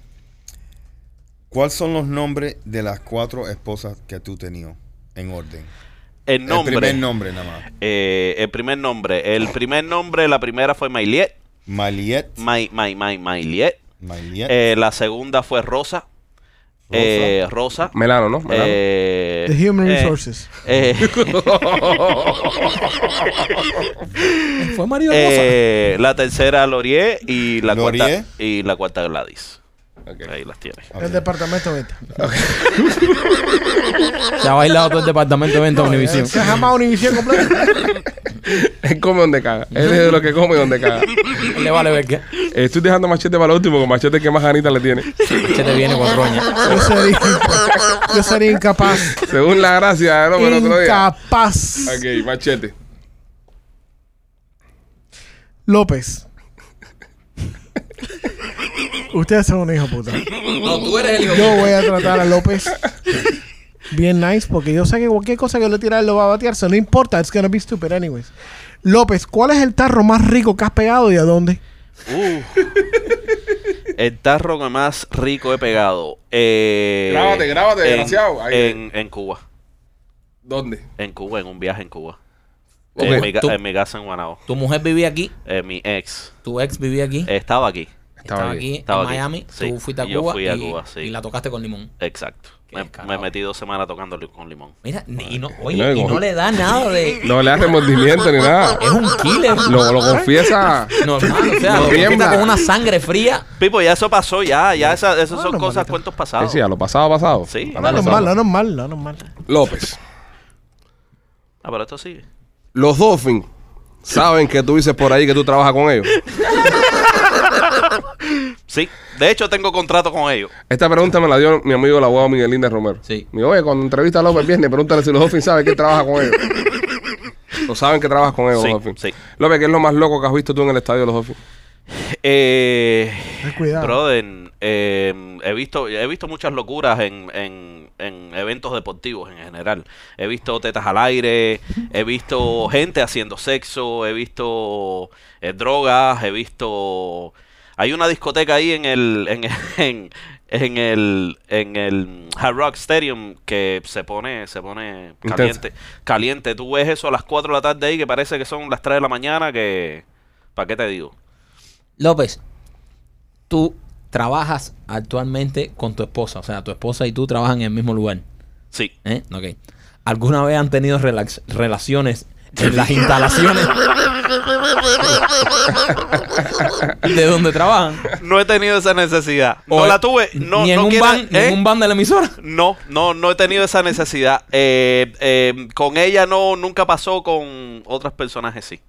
[SPEAKER 4] ¿cuáles son los nombres de las cuatro esposas que tú tenías en orden?
[SPEAKER 5] El nombre.
[SPEAKER 4] El primer nombre nada más.
[SPEAKER 5] eh, el primer nombre. El primer nombre, la primera fue Mailiet.
[SPEAKER 4] Maliet.
[SPEAKER 5] Mai, Mai, Mai, Mailiet.
[SPEAKER 4] Maliet.
[SPEAKER 5] Eh, la segunda fue Rosa. Eh, Rosa.
[SPEAKER 1] Melano, ¿no? Melano.
[SPEAKER 5] Eh,
[SPEAKER 3] The Human
[SPEAKER 5] eh,
[SPEAKER 3] Resources.
[SPEAKER 5] eh,
[SPEAKER 2] Fue marido de Rosa.
[SPEAKER 5] eh, la tercera Laurier y la
[SPEAKER 4] Laurier.
[SPEAKER 5] cuarta y la cuarta Gladys.
[SPEAKER 1] Ok.
[SPEAKER 5] Ahí las tienes.
[SPEAKER 4] Ok.
[SPEAKER 3] El departamento venta.
[SPEAKER 2] Se ha bailado todo el departamento de venta de Univision.
[SPEAKER 3] Se llama Univision completo.
[SPEAKER 1] Él come donde caga. Él es de los que come donde caga.
[SPEAKER 2] Le vale ver que
[SPEAKER 1] Eh, Estoy dejando machete para lo último, con machete que más ganita le tiene.
[SPEAKER 2] se te viene con roña.
[SPEAKER 3] Yo sería, yo sería incapaz.
[SPEAKER 1] Según la gracia de López el otro día.
[SPEAKER 3] Incapaz.
[SPEAKER 1] Ok, machete.
[SPEAKER 3] López. Ustedes son un hijo de puta.
[SPEAKER 2] No, tú eres el
[SPEAKER 3] Yo voy a tratar a López bien nice porque yo sé que cualquier cosa que le tira él lo va a batear. So, no importa, it's gonna be stupid anyways. López, ¿cuál es el tarro más rico que has pegado y a dónde?
[SPEAKER 5] Uh. El tarro que más rico he pegado. eh,
[SPEAKER 1] Grábate, grábate,
[SPEAKER 5] en-
[SPEAKER 1] desgraciado. Ahí.
[SPEAKER 5] En, en Cuba.
[SPEAKER 1] ¿Dónde?
[SPEAKER 5] En Cuba, en un viaje en Cuba.
[SPEAKER 1] Ok.
[SPEAKER 5] En, mi, ca-
[SPEAKER 2] Tú-
[SPEAKER 5] en mi casa en Guanabo.
[SPEAKER 2] Tu mujer vivía aquí,
[SPEAKER 5] Eh, mi ex
[SPEAKER 2] tu ex vivía aquí,
[SPEAKER 5] Eh, estaba aquí.
[SPEAKER 2] estaba,
[SPEAKER 1] estaba
[SPEAKER 2] aquí
[SPEAKER 1] aquí.
[SPEAKER 2] en
[SPEAKER 5] Estaba aquí.
[SPEAKER 2] Miami,
[SPEAKER 5] Sí,
[SPEAKER 2] tú fuiste a
[SPEAKER 5] yo
[SPEAKER 2] Cuba,
[SPEAKER 5] fui a
[SPEAKER 2] y,
[SPEAKER 5] Cuba, sí.
[SPEAKER 2] y la tocaste con limón.
[SPEAKER 5] Exacto.
[SPEAKER 2] Qué
[SPEAKER 5] Me,
[SPEAKER 2] carajo.
[SPEAKER 5] me metí dos semanas tocando li- con limón.
[SPEAKER 2] Mira, ni- y no, oye,
[SPEAKER 1] no,
[SPEAKER 2] y
[SPEAKER 1] como-
[SPEAKER 2] no le da nada de...
[SPEAKER 1] No le da remordimiento ni nada.
[SPEAKER 2] Es un killer.
[SPEAKER 1] Lo, lo confiesa.
[SPEAKER 2] Normal, o sea,
[SPEAKER 1] No
[SPEAKER 2] lo que
[SPEAKER 1] tiembla.
[SPEAKER 2] está con una sangre fría.
[SPEAKER 5] Pipo, ya eso pasó, ya, ya esa- esas
[SPEAKER 3] Ah,
[SPEAKER 5] son
[SPEAKER 3] no,
[SPEAKER 5] cosas,
[SPEAKER 3] maldita.
[SPEAKER 5] cuentos
[SPEAKER 1] Sí,
[SPEAKER 5] pasados.
[SPEAKER 1] sí, a lo pasado, pasado.
[SPEAKER 5] Sí.
[SPEAKER 1] A lo
[SPEAKER 3] No,
[SPEAKER 5] Ahora
[SPEAKER 3] no
[SPEAKER 1] pasado.
[SPEAKER 3] es mal, no es mal, no es mal.
[SPEAKER 1] López.
[SPEAKER 5] Ah, pero esto sigue.
[SPEAKER 1] Los Dolphins saben que tú dices por ahí que tú trabajas con ellos.
[SPEAKER 5] Sí, de hecho tengo contrato con ellos.
[SPEAKER 1] Esta pregunta me la dio mi amigo el abogado Miguelín de Romero.
[SPEAKER 2] Sí.
[SPEAKER 1] Me dijo, oye, cuando entrevista a López Viernes, pregúntale si los Dolphins saben que él trabaja con ellos. Lo saben que trabajas con ellos,
[SPEAKER 5] Sí,
[SPEAKER 1] los Dolphins.
[SPEAKER 5] sí.
[SPEAKER 1] López, ¿qué es lo más loco que has visto tú en el estadio de los Dolphins?
[SPEAKER 5] Eh,
[SPEAKER 3] Ten cuidado.
[SPEAKER 5] brother, eh, he visto he visto muchas locuras en, en- en eventos deportivos en general. He visto tetas al aire, he visto gente haciendo sexo, he visto eh, drogas, he visto hay una discoteca ahí en el en, en- en el en el Hard Rock Stadium que se pone se pone
[SPEAKER 1] Intensa.
[SPEAKER 5] caliente caliente tú ves eso a las 4 de la tarde ahí que parece que son las 3 de la mañana que ¿para qué te digo?
[SPEAKER 2] López, tú trabajas actualmente con tu esposa. O sea, tu esposa y tú trabajan en el mismo lugar.
[SPEAKER 5] Sí.
[SPEAKER 2] ¿Eh? Ok. ¿Alguna vez han tenido relax- relaciones en las instalaciones de donde trabajan?
[SPEAKER 5] No he tenido esa necesidad. No
[SPEAKER 2] O-
[SPEAKER 5] la tuve. No,
[SPEAKER 2] ni en
[SPEAKER 5] no
[SPEAKER 2] un
[SPEAKER 5] quiero-
[SPEAKER 2] ban- ni en
[SPEAKER 5] ¿eh?
[SPEAKER 2] un ban de la emisora.
[SPEAKER 5] No, no, no he tenido esa necesidad. Eh, eh, con ella no, nunca pasó, con otros personajes sí.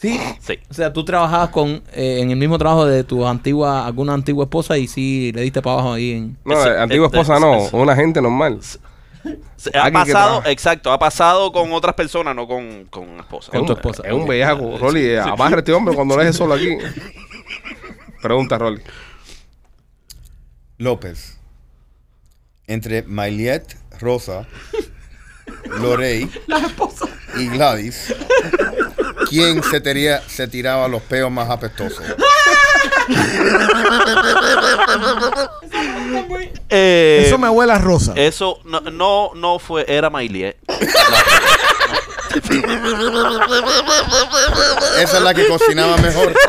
[SPEAKER 2] Sí.
[SPEAKER 5] Sí.
[SPEAKER 2] O sea, tú trabajabas con eh, en el mismo trabajo de tu antigua, alguna antigua esposa y sí le diste para abajo ahí en.
[SPEAKER 1] No,
[SPEAKER 5] Ese-
[SPEAKER 1] eh, antigua
[SPEAKER 5] eh,
[SPEAKER 1] esposa
[SPEAKER 5] eh,
[SPEAKER 1] no,
[SPEAKER 5] eso.
[SPEAKER 1] una gente normal.
[SPEAKER 5] Se- Ha
[SPEAKER 1] Alguien que
[SPEAKER 5] pasado,
[SPEAKER 1] trabaja.
[SPEAKER 5] exacto, ha pasado con otras personas, no con, con esposa.
[SPEAKER 2] Con
[SPEAKER 1] Es
[SPEAKER 2] tu
[SPEAKER 1] un-
[SPEAKER 2] esposa.
[SPEAKER 1] Es un
[SPEAKER 2] Ok.
[SPEAKER 1] bellaco, Rolly. eh, Amarra a este hombre cuando lo dejes solo aquí. Pregunta, Rolly.
[SPEAKER 4] López. Entre Mailiet Rosa, Lorey y Gladys, ¿quién se, tería- se tiraba los peos más apestosos?
[SPEAKER 5] Eh,
[SPEAKER 3] Eso me huele a rosa.
[SPEAKER 5] eso no, no, no fue, era eh. Mailie.
[SPEAKER 4] Esa es la que cocinaba mejor.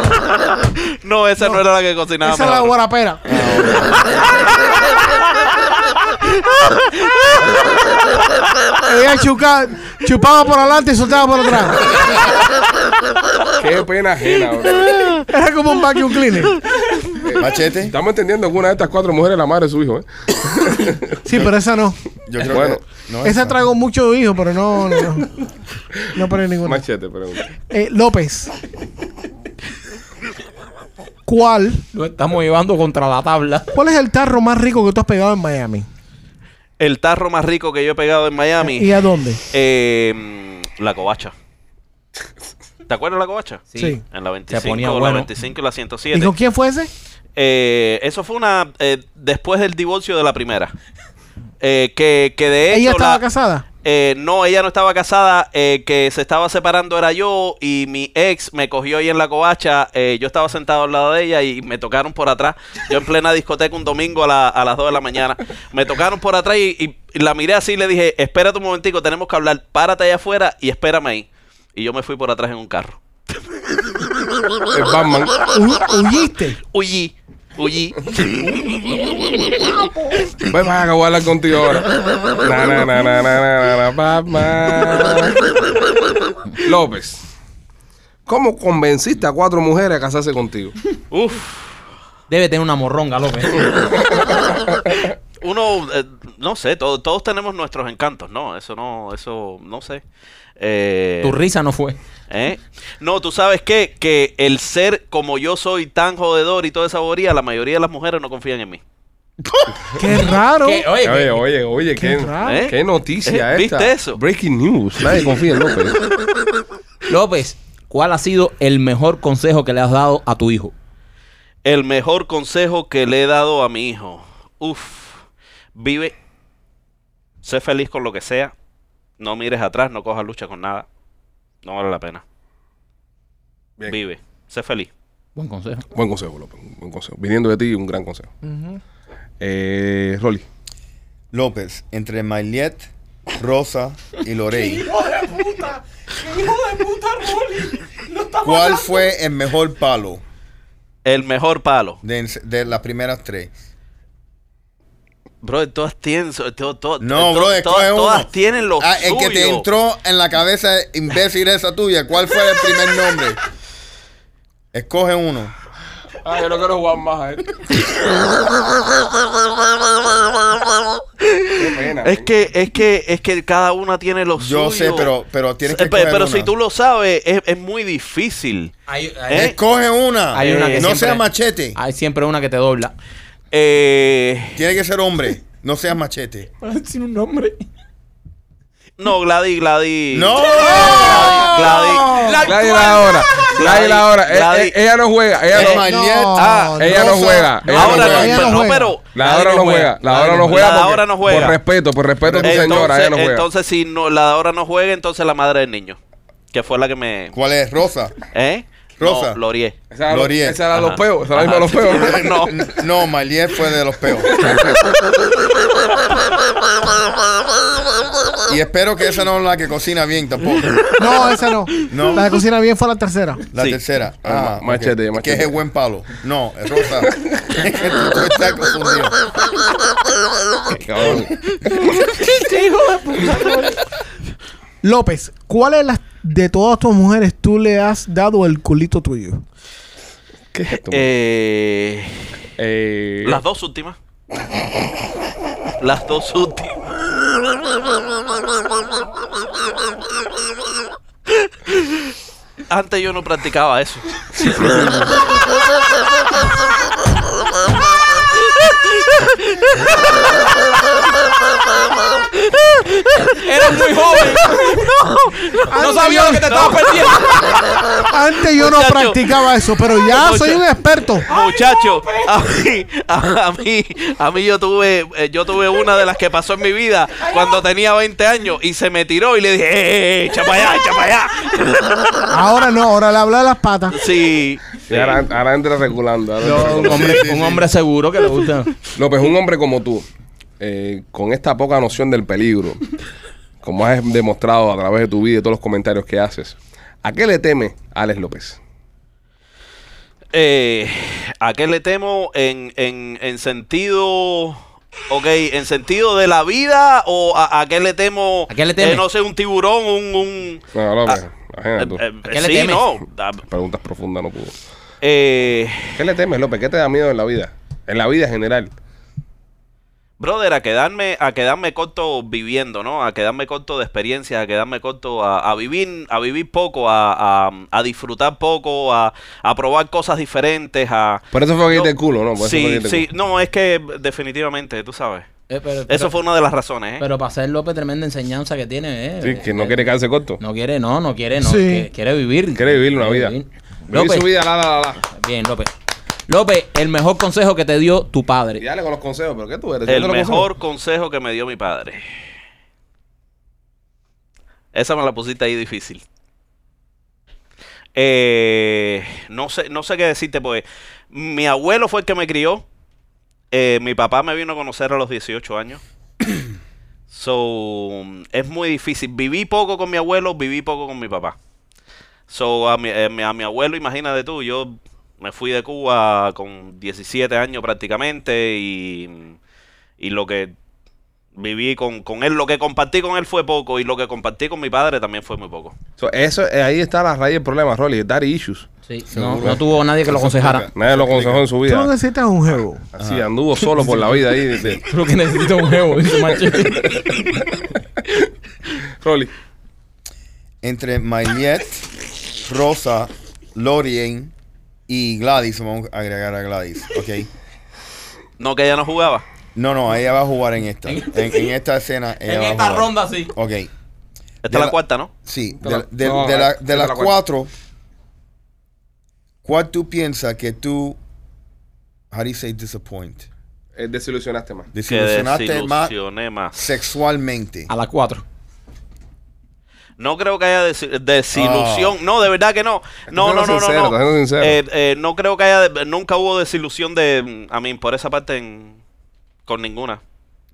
[SPEAKER 5] No, esa no, era la que cocinaba.
[SPEAKER 3] Esa es la
[SPEAKER 5] mejor.
[SPEAKER 3] guarapera.
[SPEAKER 5] Ah,
[SPEAKER 3] Ella chuca- chupaba por adelante y soltaba por atrás.
[SPEAKER 1] Qué pena ajena, bro.
[SPEAKER 3] Era como un vacuum cleaner.
[SPEAKER 4] Machete,
[SPEAKER 1] Estamos entendiendo que una de estas cuatro mujeres es la madre de su hijo, ¿eh?
[SPEAKER 3] Sí, pero esa no.
[SPEAKER 4] yo creo
[SPEAKER 1] Bueno.
[SPEAKER 4] que. No
[SPEAKER 3] Esa tragó mucho hijo, pero no, no, no. No pone ninguna.
[SPEAKER 1] Machete, pregunta.
[SPEAKER 3] Eh, López. ¿Cuál?
[SPEAKER 2] Lo estamos llevando contra la tabla.
[SPEAKER 3] ¿Cuál es el tarro más rico que tú has pegado en Miami?
[SPEAKER 5] El tarro más rico que yo he pegado en Miami.
[SPEAKER 3] ¿Y a dónde?
[SPEAKER 5] Eh, la covacha. ¿Te acuerdas de la covacha?
[SPEAKER 3] Sí.
[SPEAKER 5] En la
[SPEAKER 2] Se
[SPEAKER 5] 25,
[SPEAKER 2] ponía
[SPEAKER 5] la
[SPEAKER 2] bueno.
[SPEAKER 5] 25 y la 107.
[SPEAKER 3] ¿Y con quién fue ese?
[SPEAKER 5] Eh, eso fue una eh, después del divorcio de la primera. Eh, que, que de hecho
[SPEAKER 3] Ella estaba
[SPEAKER 5] la-
[SPEAKER 3] casada.
[SPEAKER 5] eh, no, ella no estaba casada, eh, que se estaba separando era yo y mi ex me cogió ahí en la covacha, eh, yo estaba sentado al lado de ella y me tocaron por atrás, yo en plena discoteca un domingo a, la- a las 2 de la mañana, me tocaron por atrás y, y la miré así y le dije, espérate un momentico, tenemos que hablar, párate allá afuera y espérame ahí. Y yo me fui por atrás en un carro.
[SPEAKER 1] Es Batman.
[SPEAKER 3] Hu- ¿Huyiste?
[SPEAKER 5] Huyí, huyí.
[SPEAKER 1] Ven para acá, Pues, voy a hablar contigo ahora. Na, na, na, na, na, na, na, Batman. López. ¿Cómo convenciste a cuatro mujeres a casarse contigo?
[SPEAKER 5] Uf.
[SPEAKER 2] Debe tener una morronga, López.
[SPEAKER 5] uno eh, no sé to- todos tenemos nuestros encantos no eso no eso no sé Eh,
[SPEAKER 2] tu risa no fue.
[SPEAKER 5] ¿eh? no tú sabes qué que el ser como yo soy tan jodedor y toda esa bobería la mayoría de las mujeres no confían en mí
[SPEAKER 3] ¡Qué raro!
[SPEAKER 2] ¿Qué? Oye, ¿qué?
[SPEAKER 1] Oye, oye, oye, qué,
[SPEAKER 3] Qué raro.
[SPEAKER 5] ¿Eh?
[SPEAKER 1] qué noticia
[SPEAKER 5] ¿Eh?
[SPEAKER 1] esta.
[SPEAKER 5] ¿Viste eso?
[SPEAKER 1] Breaking news. Nadie confía en López.
[SPEAKER 2] López, ¿cuál ha sido el mejor consejo que le has dado a tu hijo?
[SPEAKER 5] el mejor consejo que le he dado a mi hijo uf vive sé feliz con lo que sea no mires atrás no cojas lucha con nada no vale la pena
[SPEAKER 1] Bien.
[SPEAKER 5] vive sé feliz
[SPEAKER 2] Buen consejo.
[SPEAKER 1] Buen consejo, López. un Buen consejo. Viniendo de ti, un gran consejo. Eh, Rolly.
[SPEAKER 4] López, entre Mailiet Rosa y Lorey. ¿Cuál fue el mejor palo
[SPEAKER 5] el mejor palo
[SPEAKER 4] de, de las primeras tres?
[SPEAKER 5] Bro, todas tienen. so- to- to-
[SPEAKER 4] No,
[SPEAKER 5] to-
[SPEAKER 4] bro,
[SPEAKER 5] to-
[SPEAKER 4] escoge uno.
[SPEAKER 5] Todas tienen lo
[SPEAKER 4] Ah, El
[SPEAKER 5] suyo.
[SPEAKER 4] que te entró en la cabeza imbécil esa tuya. ¿Cuál fue el primer nombre? Escoge uno.
[SPEAKER 1] Ah, yo no quiero jugar más a él. Qué pena.
[SPEAKER 5] Es que, es que, es que cada una tiene los
[SPEAKER 4] Yo sé, pero- pero tienes que
[SPEAKER 5] Pero,
[SPEAKER 4] escoger
[SPEAKER 5] Eh, pero
[SPEAKER 4] una.
[SPEAKER 5] si tú lo sabes, es, es muy difícil.
[SPEAKER 2] Hay,
[SPEAKER 5] ¿Eh?
[SPEAKER 4] Escoge una.
[SPEAKER 2] Hay una que
[SPEAKER 4] no
[SPEAKER 2] siempre-
[SPEAKER 4] seas machete.
[SPEAKER 2] hay siempre una que te dobla.
[SPEAKER 5] Eh,
[SPEAKER 4] Tiene que ser hombre. No seas machete.
[SPEAKER 2] Sin un nombre.
[SPEAKER 5] no, Gladys, Gladys.
[SPEAKER 4] ¡No!
[SPEAKER 5] Gladys.
[SPEAKER 2] La
[SPEAKER 1] Gladys la ahora. Gladys la ahora. Eh,
[SPEAKER 5] Gladys.
[SPEAKER 1] eh, Ella no juega. Ella no,
[SPEAKER 4] Eh, Mariette,
[SPEAKER 3] ah,
[SPEAKER 1] ella no
[SPEAKER 4] Rosa.
[SPEAKER 1] juega.
[SPEAKER 4] No,
[SPEAKER 1] Ella no
[SPEAKER 5] Ahora no,
[SPEAKER 1] juega.
[SPEAKER 3] Ella
[SPEAKER 5] pero,
[SPEAKER 3] no
[SPEAKER 5] no,
[SPEAKER 3] juega.
[SPEAKER 5] pero
[SPEAKER 1] La ahora
[SPEAKER 2] Gladys
[SPEAKER 1] no
[SPEAKER 2] no
[SPEAKER 1] juega.
[SPEAKER 2] juega.
[SPEAKER 1] La ahora no
[SPEAKER 2] Gladys-
[SPEAKER 1] juega.
[SPEAKER 5] la
[SPEAKER 1] porque-
[SPEAKER 5] ahora no juega.
[SPEAKER 1] Por respeto, por respeto a tu
[SPEAKER 5] entonces,
[SPEAKER 1] señora. Ella no juega.
[SPEAKER 5] entonces si no, la de ahora no juega, entonces la madre del niño, que fue la que me,
[SPEAKER 4] ¿Cuál es? Rosa.
[SPEAKER 5] ¿eh?
[SPEAKER 4] Rosa.
[SPEAKER 5] No, Lorie.
[SPEAKER 1] esa era,
[SPEAKER 4] Loriel.
[SPEAKER 1] esa era los
[SPEAKER 5] Ajá.
[SPEAKER 1] peos. Esa era la misma de los
[SPEAKER 5] Ajá.
[SPEAKER 1] peos.
[SPEAKER 5] No.
[SPEAKER 4] No, Malier fue de los peos. y espero que esa no es la que cocina bien tampoco.
[SPEAKER 3] No, esa no.
[SPEAKER 4] No.
[SPEAKER 3] La de cocina bien fue la tercera.
[SPEAKER 4] La
[SPEAKER 5] Sí.
[SPEAKER 4] tercera.
[SPEAKER 1] Ah,
[SPEAKER 4] ok.
[SPEAKER 1] machete,
[SPEAKER 4] Que
[SPEAKER 1] machete.
[SPEAKER 4] es el buen palo. No, es Rosa. Tú estás confundido.
[SPEAKER 1] Cabrón.
[SPEAKER 3] López, ¿cuál es la de todas tus mujeres tú le has dado el culito tuyo?
[SPEAKER 1] ¿Qué es esto?
[SPEAKER 5] Eh,
[SPEAKER 1] Eh,
[SPEAKER 5] las dos últimas. Las dos últimas. Antes yo no practicaba eso.
[SPEAKER 2] Eres muy joven. no, sabía lo que te estabas perdiendo.
[SPEAKER 3] Antes yo no
[SPEAKER 5] Muchacho.
[SPEAKER 3] practicaba eso, pero ya soy
[SPEAKER 5] Muchacho.
[SPEAKER 3] un experto.
[SPEAKER 5] Muchacho, a mí, a, a mí, a mí yo tuve, eh, yo tuve una de las que pasó en mi vida cuando tenía 20 años y se me tiró y le dije, eh, eh, eh, echa para allá, echa para allá.
[SPEAKER 3] Ahora no, ahora le habla de las patas.
[SPEAKER 5] Sí.
[SPEAKER 1] y ahora, ahora entra regulando. ahora entra
[SPEAKER 2] un,
[SPEAKER 1] regulando.
[SPEAKER 2] hombre,
[SPEAKER 4] Sí, sí,
[SPEAKER 2] un
[SPEAKER 4] sí.
[SPEAKER 2] hombre seguro que le gusta.
[SPEAKER 1] López, un hombre como tú, eh, con esta poca noción del peligro, como has demostrado a través de tu vida y todos los comentarios que haces, ¿a qué le teme Alex López?
[SPEAKER 5] Eh, ¿A qué le temo en, en, en sentido... Ok, ¿en sentido de la vida o a, a qué le temo?
[SPEAKER 2] ¿A qué le temes?
[SPEAKER 5] eh, no sé, un tiburón, un... un
[SPEAKER 1] No, López, imagínate tú.
[SPEAKER 5] eh, eh,
[SPEAKER 2] ¿A qué le
[SPEAKER 5] sí,
[SPEAKER 2] temes?
[SPEAKER 5] no. ah,
[SPEAKER 1] Preguntas profundas no pudo.
[SPEAKER 5] Eh,
[SPEAKER 1] ¿Qué le temes, López? ¿Qué te da miedo en la vida? En la vida en general.
[SPEAKER 5] Brother, a quedarme, a quedarme corto viviendo, ¿no? A quedarme corto de experiencias, a quedarme corto a, a vivir, a vivir poco, a, a- a disfrutar poco, a, a probar cosas diferentes, a
[SPEAKER 1] Por eso fue que
[SPEAKER 5] No.
[SPEAKER 1] irte el culo, ¿no? Por eso fue que
[SPEAKER 5] sí,
[SPEAKER 1] irte el
[SPEAKER 5] sí,
[SPEAKER 1] culo.
[SPEAKER 5] no, es que definitivamente, tú sabes.
[SPEAKER 2] Eh, pero-
[SPEAKER 5] Eso fue una de las razones, ¿eh?
[SPEAKER 2] Pero para ser López, tremenda enseñanza que tiene. Eh,
[SPEAKER 1] Sí, que no quiere quedarse corto.
[SPEAKER 2] No quiere, no, no quiere, no.
[SPEAKER 3] Sí.
[SPEAKER 2] que- quiere vivir.
[SPEAKER 1] Quiere vivir una vida.
[SPEAKER 2] vivir.
[SPEAKER 1] Vivir
[SPEAKER 2] López,
[SPEAKER 1] su vida, la, la, la, la.
[SPEAKER 2] bien, López. López, el mejor consejo que te dio tu
[SPEAKER 1] Y
[SPEAKER 2] padre.
[SPEAKER 1] dale con los consejos, pero ¿qué tú eres?
[SPEAKER 5] El
[SPEAKER 1] ¿Dónde los
[SPEAKER 5] mejor consejo que me dio mi padre. Esa me la pusiste ahí difícil. Eh, no, sé, no sé qué decirte, pues. Mi abuelo fue el que me crió. Eh, mi papá me vino a conocer a los 18 años. so, es muy difícil. Viví poco con mi abuelo, viví poco con mi papá. So, a mi, eh, mi- a mi abuelo, imagínate tú, yo me fui de Cuba con 17 años prácticamente y, y lo que viví con, con él, lo que compartí con él fue poco y lo que compartí con mi padre también fue muy poco.
[SPEAKER 1] So, eso, eh, ahí está la raíz del problema, Rolly. Daddy issues.
[SPEAKER 2] Sí, no,
[SPEAKER 4] Seguro.
[SPEAKER 2] no tuvo nadie que lo
[SPEAKER 4] Eso
[SPEAKER 2] aconsejara.
[SPEAKER 4] explica.
[SPEAKER 1] Nadie lo aconsejó en su
[SPEAKER 3] Tú
[SPEAKER 1] vida.
[SPEAKER 3] no necesitas un juego.
[SPEAKER 1] Así anduvo solo por la vida ahí. dice,
[SPEAKER 2] Creo que necesito un huevo, dice Machete.
[SPEAKER 1] Rolly.
[SPEAKER 4] Entre Maillet, Rosa, Lorien y Gladys. Vamos a agregar a Gladys. Ok.
[SPEAKER 5] No que ella no jugaba.
[SPEAKER 4] No, no, ella va a jugar en esta. En, en esta escena. ella
[SPEAKER 2] en
[SPEAKER 4] va a
[SPEAKER 2] esta
[SPEAKER 4] jugar.
[SPEAKER 2] ronda, sí.
[SPEAKER 4] Ok.
[SPEAKER 5] Esta
[SPEAKER 4] De
[SPEAKER 5] es la
[SPEAKER 4] la-
[SPEAKER 5] cuarta, ¿no?
[SPEAKER 4] Sí,
[SPEAKER 1] Te
[SPEAKER 4] de,
[SPEAKER 1] la-
[SPEAKER 4] de-
[SPEAKER 1] no,
[SPEAKER 4] de
[SPEAKER 1] no,
[SPEAKER 4] la-
[SPEAKER 1] te
[SPEAKER 4] de
[SPEAKER 1] la
[SPEAKER 4] las
[SPEAKER 1] cuento.
[SPEAKER 4] cuatro, ¿cuál tú piensas que tú, how do you say disappoint?
[SPEAKER 1] eh, desilusionaste más.
[SPEAKER 5] Que
[SPEAKER 4] Desilusionaste más
[SPEAKER 5] desilusioné más.
[SPEAKER 4] sexualmente.
[SPEAKER 2] A las 4.
[SPEAKER 5] No creo que haya desi- desilusión.
[SPEAKER 4] Ah.
[SPEAKER 5] No, de verdad que no. No, no,
[SPEAKER 1] siendo
[SPEAKER 5] no, no.
[SPEAKER 1] sincero,
[SPEAKER 5] no.
[SPEAKER 1] estás siendo sincero.
[SPEAKER 5] Eh, eh, no creo que haya. de- nunca hubo desilusión de. mm, A mí, por esa parte, en- con ninguna.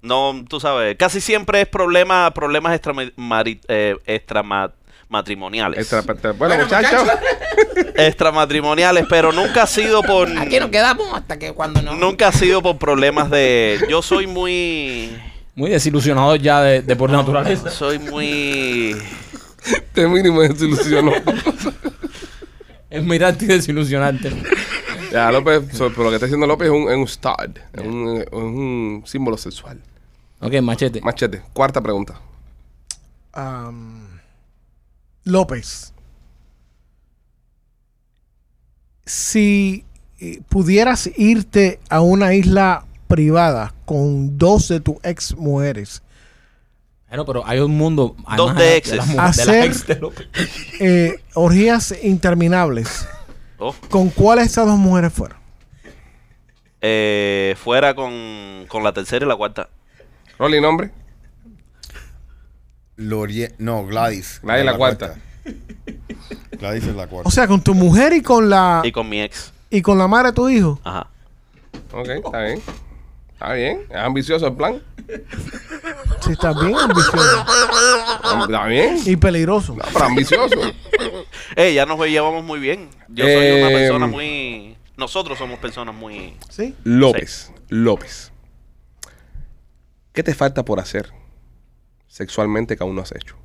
[SPEAKER 5] No, tú sabes. Casi siempre es problema, problemas extramari- eh, extrama- matrimoniales.
[SPEAKER 1] Extra- bueno, muchachos.
[SPEAKER 5] extramatrimoniales, pero nunca ha sido por.
[SPEAKER 2] Aquí nos quedamos hasta que cuando no.
[SPEAKER 5] Nunca ha sido por problemas de. Yo soy muy.
[SPEAKER 2] Muy desilusionado ya de, de por naturaleza.
[SPEAKER 5] Soy muy.
[SPEAKER 1] Este mínimo desilusionó.
[SPEAKER 2] Es mirarte y desilusionarte.
[SPEAKER 1] Ya, López, so- pero lo que está diciendo López es un, es un stud, es un, es un símbolo sexual.
[SPEAKER 2] Ok, machete.
[SPEAKER 1] Machete, cuarta pregunta.
[SPEAKER 3] Um, López. Si eh, pudieras irte a una isla privada con dos de tus ex mujeres,
[SPEAKER 2] Bueno, pero hay un mundo.
[SPEAKER 5] Dos
[SPEAKER 2] además,
[SPEAKER 5] de
[SPEAKER 2] las
[SPEAKER 5] exes.
[SPEAKER 2] mu- de las
[SPEAKER 3] Hacer-
[SPEAKER 2] ex de López.
[SPEAKER 3] eh, orgías interminables,
[SPEAKER 5] Oh,
[SPEAKER 3] ¿con cuáles de esas dos mujeres fueron?
[SPEAKER 5] eh, fuera con, con la tercera y la cuarta.
[SPEAKER 1] Rolly, nombre.
[SPEAKER 4] Lorie- no, Gladys.
[SPEAKER 1] Gladys
[SPEAKER 4] Es
[SPEAKER 1] la cuarta.
[SPEAKER 4] Gladys es la cuarta.
[SPEAKER 3] O sea, con tu mujer y con la
[SPEAKER 1] Ah.
[SPEAKER 5] Y con mi ex.
[SPEAKER 3] y con la madre de tu hijo.
[SPEAKER 5] Ajá.
[SPEAKER 1] Ok, está bien. Está bien. Es ambicioso el plan.
[SPEAKER 3] Si estás bien ambicioso
[SPEAKER 1] Está bien.
[SPEAKER 3] y peligroso.
[SPEAKER 1] No, pero ambicioso.
[SPEAKER 5] Eh, ya nos llevamos muy bien. Yo soy una
[SPEAKER 1] Eh,
[SPEAKER 5] persona muy... Nosotros somos personas muy...
[SPEAKER 3] ¿Sí?
[SPEAKER 1] López, López. ¿Qué te falta por hacer sexualmente que aún no has hecho?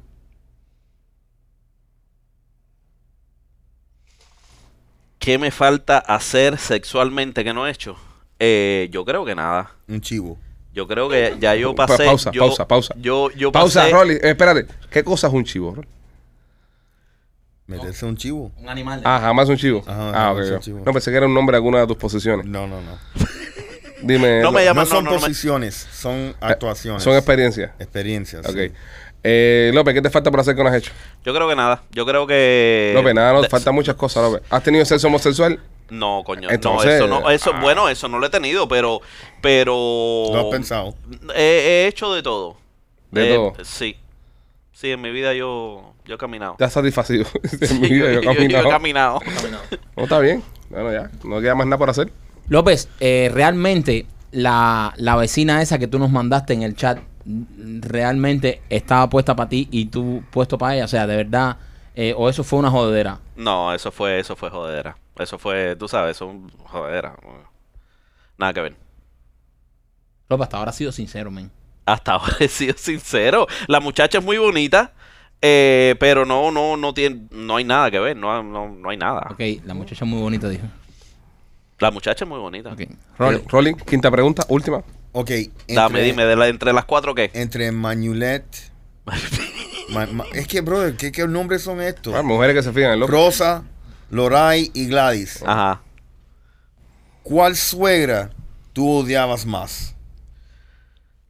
[SPEAKER 5] ¿Qué me falta hacer sexualmente que no he hecho? Eh, yo creo que nada.
[SPEAKER 4] Un chivo.
[SPEAKER 5] Yo creo que ya yo
[SPEAKER 1] Pa-
[SPEAKER 5] pasé...
[SPEAKER 1] pausa,
[SPEAKER 5] yo-
[SPEAKER 1] pausa, pausa.
[SPEAKER 5] Yo, yo
[SPEAKER 1] Pausa,
[SPEAKER 5] pasé-
[SPEAKER 1] Rolly. Eh, espérate. ¿Qué cosa es un chivo? Rolly?
[SPEAKER 4] Meterse un chivo.
[SPEAKER 2] Un animal.
[SPEAKER 1] Ah, jamás un chivo.
[SPEAKER 4] Ajá,
[SPEAKER 1] ah,
[SPEAKER 4] jamás
[SPEAKER 1] ok.
[SPEAKER 4] un
[SPEAKER 1] ok.
[SPEAKER 4] chivo.
[SPEAKER 1] No pensé que era un nombre de alguna de tus posesiones.
[SPEAKER 4] No, no, no.
[SPEAKER 1] Dime.
[SPEAKER 5] No me
[SPEAKER 4] No
[SPEAKER 5] llaman, no,
[SPEAKER 4] son
[SPEAKER 5] no, no me-
[SPEAKER 4] posiciones, son
[SPEAKER 1] eh,
[SPEAKER 4] actuaciones.
[SPEAKER 1] Son experiencias.
[SPEAKER 4] experiencias. sí.
[SPEAKER 1] Ok. Eh, López, ¿qué te falta por hacer que no has hecho?
[SPEAKER 5] Yo creo que nada. Yo creo que...
[SPEAKER 1] López, nada, nos
[SPEAKER 5] Eh, de-
[SPEAKER 1] faltan muchas cosas, López. ¿Has tenido sexo homosexual?
[SPEAKER 5] No, coño.
[SPEAKER 1] Entonces,
[SPEAKER 5] no, eso no, eso,
[SPEAKER 1] ah.
[SPEAKER 5] bueno, eso no lo he tenido, pero, pero.
[SPEAKER 4] Lo has pensado.
[SPEAKER 5] He, he hecho de todo. Eh,
[SPEAKER 1] ¿De todo?
[SPEAKER 5] Sí. Sí, en mi vida yo, yo he caminado.
[SPEAKER 1] ¿Te has satisfacido?
[SPEAKER 5] Sí,
[SPEAKER 1] En mi vida yo he
[SPEAKER 5] yo he
[SPEAKER 1] caminado.
[SPEAKER 5] caminado.
[SPEAKER 1] No, está bien. Bueno, ya. No queda más nada por hacer.
[SPEAKER 2] López, eh, realmente la, la vecina esa que tú nos mandaste en el chat mm, realmente estaba puesta para ti y tú puesto para ella. O sea, de verdad, eh, o eso fue una jodedera.
[SPEAKER 5] No, eso fue, eso fue jodera. Eso fue, tú sabes, eso jodera. Nada que ver.
[SPEAKER 2] López, hasta ahora ha sido sincero, men.
[SPEAKER 5] Hasta ahora he sido sincero. La muchacha es muy bonita, eh, pero no, no, no tiene, no hay nada que ver, no, no, no hay nada.
[SPEAKER 2] Ok, la muchacha muy bonita dijo.
[SPEAKER 5] La muchacha es muy bonita.
[SPEAKER 2] Ok.
[SPEAKER 1] Rolly, Rolly, Eh, quinta pregunta, última.
[SPEAKER 4] Ok.
[SPEAKER 5] Dame,
[SPEAKER 4] entre-
[SPEAKER 5] dime, de la, entre las cuatro, ¿qué?
[SPEAKER 4] Entre Mañulet. Ma- ma- es que, brother, ¿qué, qué nombres son estos?
[SPEAKER 1] Ah, mujeres que se fijan en López.
[SPEAKER 4] Rosa, Loray y Gladys.
[SPEAKER 5] Ajá.
[SPEAKER 4] ¿Cuál suegra tú odiabas más?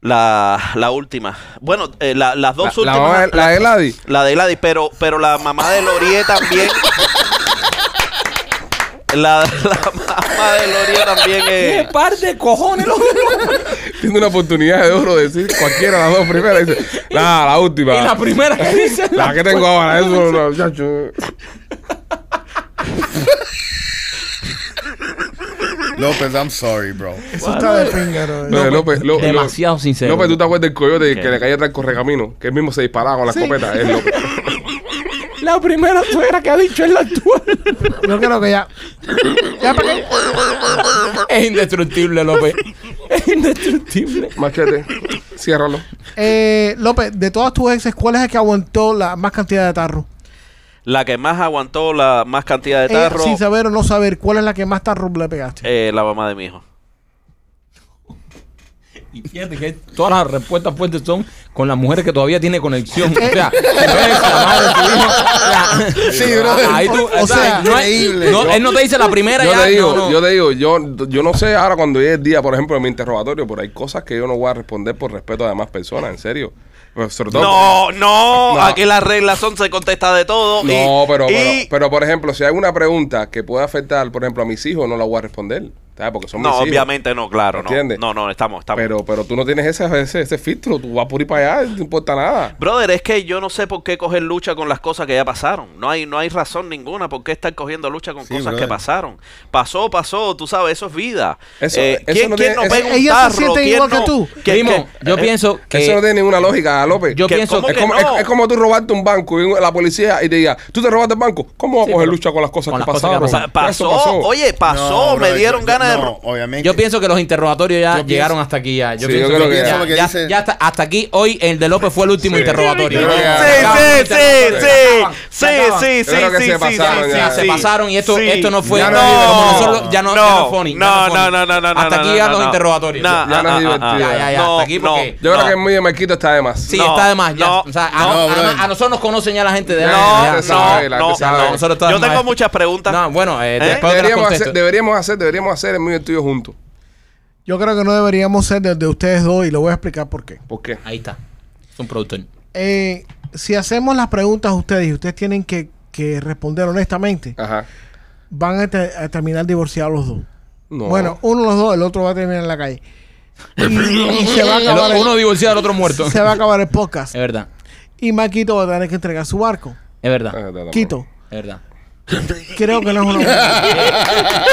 [SPEAKER 5] La, la última. Bueno, eh, la- las dos
[SPEAKER 1] La- la
[SPEAKER 5] últimas.
[SPEAKER 1] mamá de- la de Gladys.
[SPEAKER 5] La de Gladys, pero, pero la mamá de Lorie también. La, la mamá de Lorie también es.
[SPEAKER 2] par de cojones,
[SPEAKER 1] Tiene una oportunidad de oro de decir cualquiera de las dos primeras. Dice, nah, la última.
[SPEAKER 2] Y la
[SPEAKER 1] La,
[SPEAKER 2] primera que dice.
[SPEAKER 1] que tengo ahora, eso no, muchacho.
[SPEAKER 4] López, I'm sorry, bro.
[SPEAKER 3] Eso está de pinga, bro.
[SPEAKER 1] López, López, López,
[SPEAKER 2] Demasiado sincero.
[SPEAKER 1] López, ¿tú te acuerdas del coyote
[SPEAKER 5] Ok.
[SPEAKER 1] que le caía atrás el correcamino? Que él mismo se disparaba con la escopeta. Es López.
[SPEAKER 2] La primera suegra que ha dicho es la actual.
[SPEAKER 3] Yo creo que ya. Ya para qué.
[SPEAKER 2] Es indestructible, López. Es indestructible.
[SPEAKER 1] Machete, ciérralo.
[SPEAKER 3] Eh, López, de todas tus exes, ¿cuál es el que aguantó la más cantidad de tarro?
[SPEAKER 5] La que más aguantó la más cantidad de
[SPEAKER 3] Eh,
[SPEAKER 5] tarro.
[SPEAKER 3] sin saber o no saber, ¿cuál es la que más tarro le pegaste?
[SPEAKER 5] eh, la mamá de mi hijo.
[SPEAKER 2] Y fíjate que todas las respuestas fuertes son con las mujeres que todavía tiene conexión. O sea, si ves la madre de tu hijo, o sea,
[SPEAKER 4] Sí, brother.
[SPEAKER 2] ahí tú,
[SPEAKER 3] O
[SPEAKER 2] o sea,
[SPEAKER 3] sea,
[SPEAKER 2] no es-
[SPEAKER 4] increíble.
[SPEAKER 2] no, él no te dice la primera
[SPEAKER 1] Yo
[SPEAKER 2] ya.
[SPEAKER 1] te digo,
[SPEAKER 2] no, no.
[SPEAKER 1] yo te digo, yo, yo no sé ahora cuando llegue el día, por ejemplo, de mi interrogatorio, pero hay cosas que yo no voy a responder por respeto a demás personas, en serio. Pero sobre todo,
[SPEAKER 5] No, no,
[SPEAKER 1] No.
[SPEAKER 5] Aquí las reglas son: se contesta de todo.
[SPEAKER 1] No,
[SPEAKER 5] y-
[SPEAKER 1] pero,
[SPEAKER 5] y-
[SPEAKER 1] pero, pero, por ejemplo, si hay una pregunta que pueda afectar, por ejemplo, a mis hijos, no la voy a responder. ¿sabes? Porque son
[SPEAKER 5] no,
[SPEAKER 1] mis hijos.
[SPEAKER 5] obviamente no, claro. No,
[SPEAKER 1] ¿Entiendes?
[SPEAKER 5] no, no, estamos, estamos.
[SPEAKER 1] Pero, pero tú no tienes ese, ese, ese filtro, tú vas por ir para allá, no te importa nada.
[SPEAKER 5] Brother, es que yo no sé por qué coger lucha con las cosas que ya pasaron. No hay, no hay razón ninguna por qué estar cogiendo lucha con
[SPEAKER 4] Sí,
[SPEAKER 5] cosas que
[SPEAKER 4] brother.
[SPEAKER 5] pasaron. Pasó, pasó, tú sabes, eso es vida.
[SPEAKER 1] Eso-
[SPEAKER 5] Eh,
[SPEAKER 1] eso
[SPEAKER 5] ¿Quién,
[SPEAKER 1] no
[SPEAKER 5] quién
[SPEAKER 1] tiene-
[SPEAKER 5] no
[SPEAKER 1] eso-
[SPEAKER 5] pega un
[SPEAKER 3] Ellas se
[SPEAKER 5] tarro?
[SPEAKER 3] sienten
[SPEAKER 5] ¿Quién
[SPEAKER 3] igual que
[SPEAKER 5] no?
[SPEAKER 3] tú.
[SPEAKER 5] ¿Qué-
[SPEAKER 2] Primo,
[SPEAKER 5] qué-
[SPEAKER 2] yo
[SPEAKER 5] eh,
[SPEAKER 2] pienso que
[SPEAKER 1] Eso no tiene ninguna lógica, López.
[SPEAKER 2] yo
[SPEAKER 5] que-
[SPEAKER 2] pienso
[SPEAKER 5] ¿cómo
[SPEAKER 1] es,
[SPEAKER 5] que
[SPEAKER 1] como,
[SPEAKER 5] no?
[SPEAKER 1] es- es como tú robarte un banco y un- la policía y te diga, tú te robaste el banco, ¿cómo vas a coger lucha con las cosas
[SPEAKER 2] con
[SPEAKER 1] que
[SPEAKER 2] las cosas que
[SPEAKER 1] pasaron?
[SPEAKER 5] pa-
[SPEAKER 1] Eso
[SPEAKER 5] pasó, oye, pasó,
[SPEAKER 4] No,
[SPEAKER 5] me
[SPEAKER 4] brother,
[SPEAKER 5] dieron
[SPEAKER 4] yo-
[SPEAKER 5] ganas de
[SPEAKER 4] No,
[SPEAKER 5] ro-
[SPEAKER 4] obviamente.
[SPEAKER 2] Yo pienso que los interrogatorios ya
[SPEAKER 4] Yo pienso-
[SPEAKER 2] llegaron hasta aquí ya. Yo
[SPEAKER 1] Sí,
[SPEAKER 2] pienso
[SPEAKER 1] yo creo
[SPEAKER 2] que,
[SPEAKER 1] que-
[SPEAKER 2] ya,
[SPEAKER 4] Eso es lo que
[SPEAKER 2] ya-
[SPEAKER 4] dice-
[SPEAKER 2] ya hasta, hasta aquí hoy el de López fue el último
[SPEAKER 1] Sí.
[SPEAKER 2] interrogatorio.
[SPEAKER 1] Yo creo que ya-
[SPEAKER 5] Sí,
[SPEAKER 1] Ya
[SPEAKER 5] sí, sí,
[SPEAKER 2] Se acaban, se
[SPEAKER 5] sí,
[SPEAKER 2] acaban.
[SPEAKER 5] sí, sí,
[SPEAKER 1] Yo creo que
[SPEAKER 5] sí,
[SPEAKER 1] se
[SPEAKER 5] sí,
[SPEAKER 1] pasaron
[SPEAKER 5] sí,
[SPEAKER 1] ya.
[SPEAKER 5] sí,
[SPEAKER 2] Se
[SPEAKER 5] sí.
[SPEAKER 2] pasaron y esto,
[SPEAKER 5] Sí.
[SPEAKER 2] esto no fue
[SPEAKER 1] Ya no
[SPEAKER 2] como
[SPEAKER 1] es divertido.
[SPEAKER 2] nosotros, ya no, ya no es funny, ya
[SPEAKER 5] no,
[SPEAKER 2] es funny.
[SPEAKER 5] no, no, no, no,
[SPEAKER 2] Hasta
[SPEAKER 5] no,
[SPEAKER 2] aquí
[SPEAKER 5] no,
[SPEAKER 2] ya
[SPEAKER 5] no,
[SPEAKER 2] los
[SPEAKER 5] no.
[SPEAKER 2] interrogatorios.
[SPEAKER 5] Nah,
[SPEAKER 1] Ya no es
[SPEAKER 5] ah, ah,
[SPEAKER 1] divertido.
[SPEAKER 5] ah, ah.
[SPEAKER 2] Ya, ya, ya,
[SPEAKER 5] No,
[SPEAKER 2] hasta aquí
[SPEAKER 5] no,
[SPEAKER 2] porque-
[SPEAKER 1] Yo
[SPEAKER 5] no.
[SPEAKER 1] creo que el muy de Marquito está de más.
[SPEAKER 2] Sí,
[SPEAKER 5] No,
[SPEAKER 2] está de más. ya.
[SPEAKER 5] no,
[SPEAKER 2] o sea, a-
[SPEAKER 5] no,
[SPEAKER 2] a,
[SPEAKER 4] brother.
[SPEAKER 2] a nosotros nos conocen ya la gente de
[SPEAKER 5] No,
[SPEAKER 2] edad, ya.
[SPEAKER 5] no,
[SPEAKER 1] se sabe, la
[SPEAKER 5] no,
[SPEAKER 1] gente sabe.
[SPEAKER 5] no.
[SPEAKER 2] Nosotros todas
[SPEAKER 5] Yo
[SPEAKER 2] las-
[SPEAKER 5] tengo muchas preguntas.
[SPEAKER 2] No, bueno, eh,
[SPEAKER 5] ¿Eh?
[SPEAKER 2] después de las
[SPEAKER 1] Deberíamos hacer,
[SPEAKER 2] contesto.
[SPEAKER 1] deberíamos hacer, deberíamos hacer el muy del tuyo juntos.
[SPEAKER 3] Yo creo que no deberíamos ser del de ustedes dos y le voy a explicar por qué.
[SPEAKER 1] ¿Por qué?
[SPEAKER 2] Ahí está. Es un productor.
[SPEAKER 3] Eh, si hacemos las preguntas a ustedes y ustedes tienen que, que responder honestamente,
[SPEAKER 1] Ajá.
[SPEAKER 3] van a, te- a terminar divorciados los dos.
[SPEAKER 1] No.
[SPEAKER 3] Bueno, uno de los dos, el otro va a terminar en la calle. Y, y se, va a
[SPEAKER 2] El
[SPEAKER 3] acabar
[SPEAKER 2] o- uno
[SPEAKER 3] el,
[SPEAKER 2] divorciado, el otro muerto.
[SPEAKER 3] se va a acabar el
[SPEAKER 2] Es
[SPEAKER 3] podcast.
[SPEAKER 2] verdad.
[SPEAKER 3] Y Maquito va a tener que entregar su barco.
[SPEAKER 2] Es
[SPEAKER 1] Ah,
[SPEAKER 2] verdad.
[SPEAKER 1] está, está,
[SPEAKER 3] Quito,
[SPEAKER 2] Es verdad.
[SPEAKER 3] creo que no es una buena idea.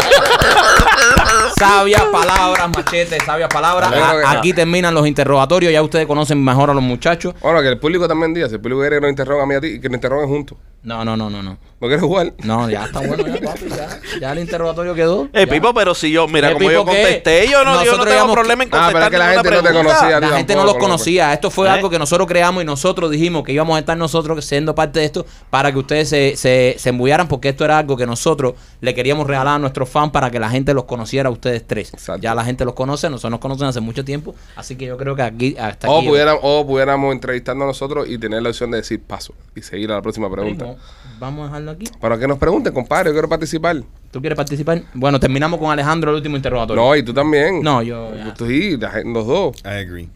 [SPEAKER 2] Sabias palabras, machete, sabias palabras.
[SPEAKER 1] Yo creo que-
[SPEAKER 2] A- aquí terminan los interrogatorios. Ya ustedes conocen mejor a los muchachos.
[SPEAKER 1] Ahora, que el público también diga, si el público quiere que nos interrogue a mí y a ti, que nos interroguen juntos.
[SPEAKER 2] No, no, no, no, no.
[SPEAKER 1] ¿No quieres jugar?
[SPEAKER 2] No, ya está bueno, ya, papi, ya. Ya el interrogatorio quedó.
[SPEAKER 5] Eh,
[SPEAKER 2] ya.
[SPEAKER 5] Pipo, pero si yo, mira,
[SPEAKER 2] Eh,
[SPEAKER 5] como yo
[SPEAKER 2] Pipo, ¿qué?
[SPEAKER 5] contesté, yo no, yo
[SPEAKER 2] Nosotros
[SPEAKER 5] no tengo
[SPEAKER 2] digamos-
[SPEAKER 5] problema en
[SPEAKER 1] Ah,
[SPEAKER 5] contestar
[SPEAKER 1] pero es que la
[SPEAKER 5] ninguna
[SPEAKER 1] gente no te
[SPEAKER 5] pregunta.
[SPEAKER 1] conocía.
[SPEAKER 2] La
[SPEAKER 1] Yo
[SPEAKER 2] gente
[SPEAKER 1] tampoco,
[SPEAKER 2] no los
[SPEAKER 1] loco.
[SPEAKER 2] conocía. Esto fue
[SPEAKER 5] ¿Eh?
[SPEAKER 2] algo que nosotros creamos y nosotros dijimos que íbamos a estar nosotros siendo parte de esto para que ustedes se, se, se embullaran porque esto era algo que nosotros le queríamos regalar a nuestros fans para que la gente los conociera a ustedes tres.
[SPEAKER 1] Exacto.
[SPEAKER 2] Ya la gente los conoce, nosotros nos conocen hace mucho tiempo, así que yo creo que aquí hasta
[SPEAKER 1] O,
[SPEAKER 2] aquí
[SPEAKER 1] pudiera- o pudiéramos entrevistarnos nosotros y tener la opción de decir paso y seguir a la próxima pregunta.
[SPEAKER 2] Primo, Vamos a dejarlo aquí.
[SPEAKER 1] Para que nos pregunten, compadre, yo quiero participar.
[SPEAKER 2] ¿Tú quieres participar? Bueno, terminamos con Alejandro el último interrogatorio.
[SPEAKER 1] No, y tú también.
[SPEAKER 2] No, yo ya.
[SPEAKER 1] Tú sí, la gen- los dos.
[SPEAKER 4] I agree.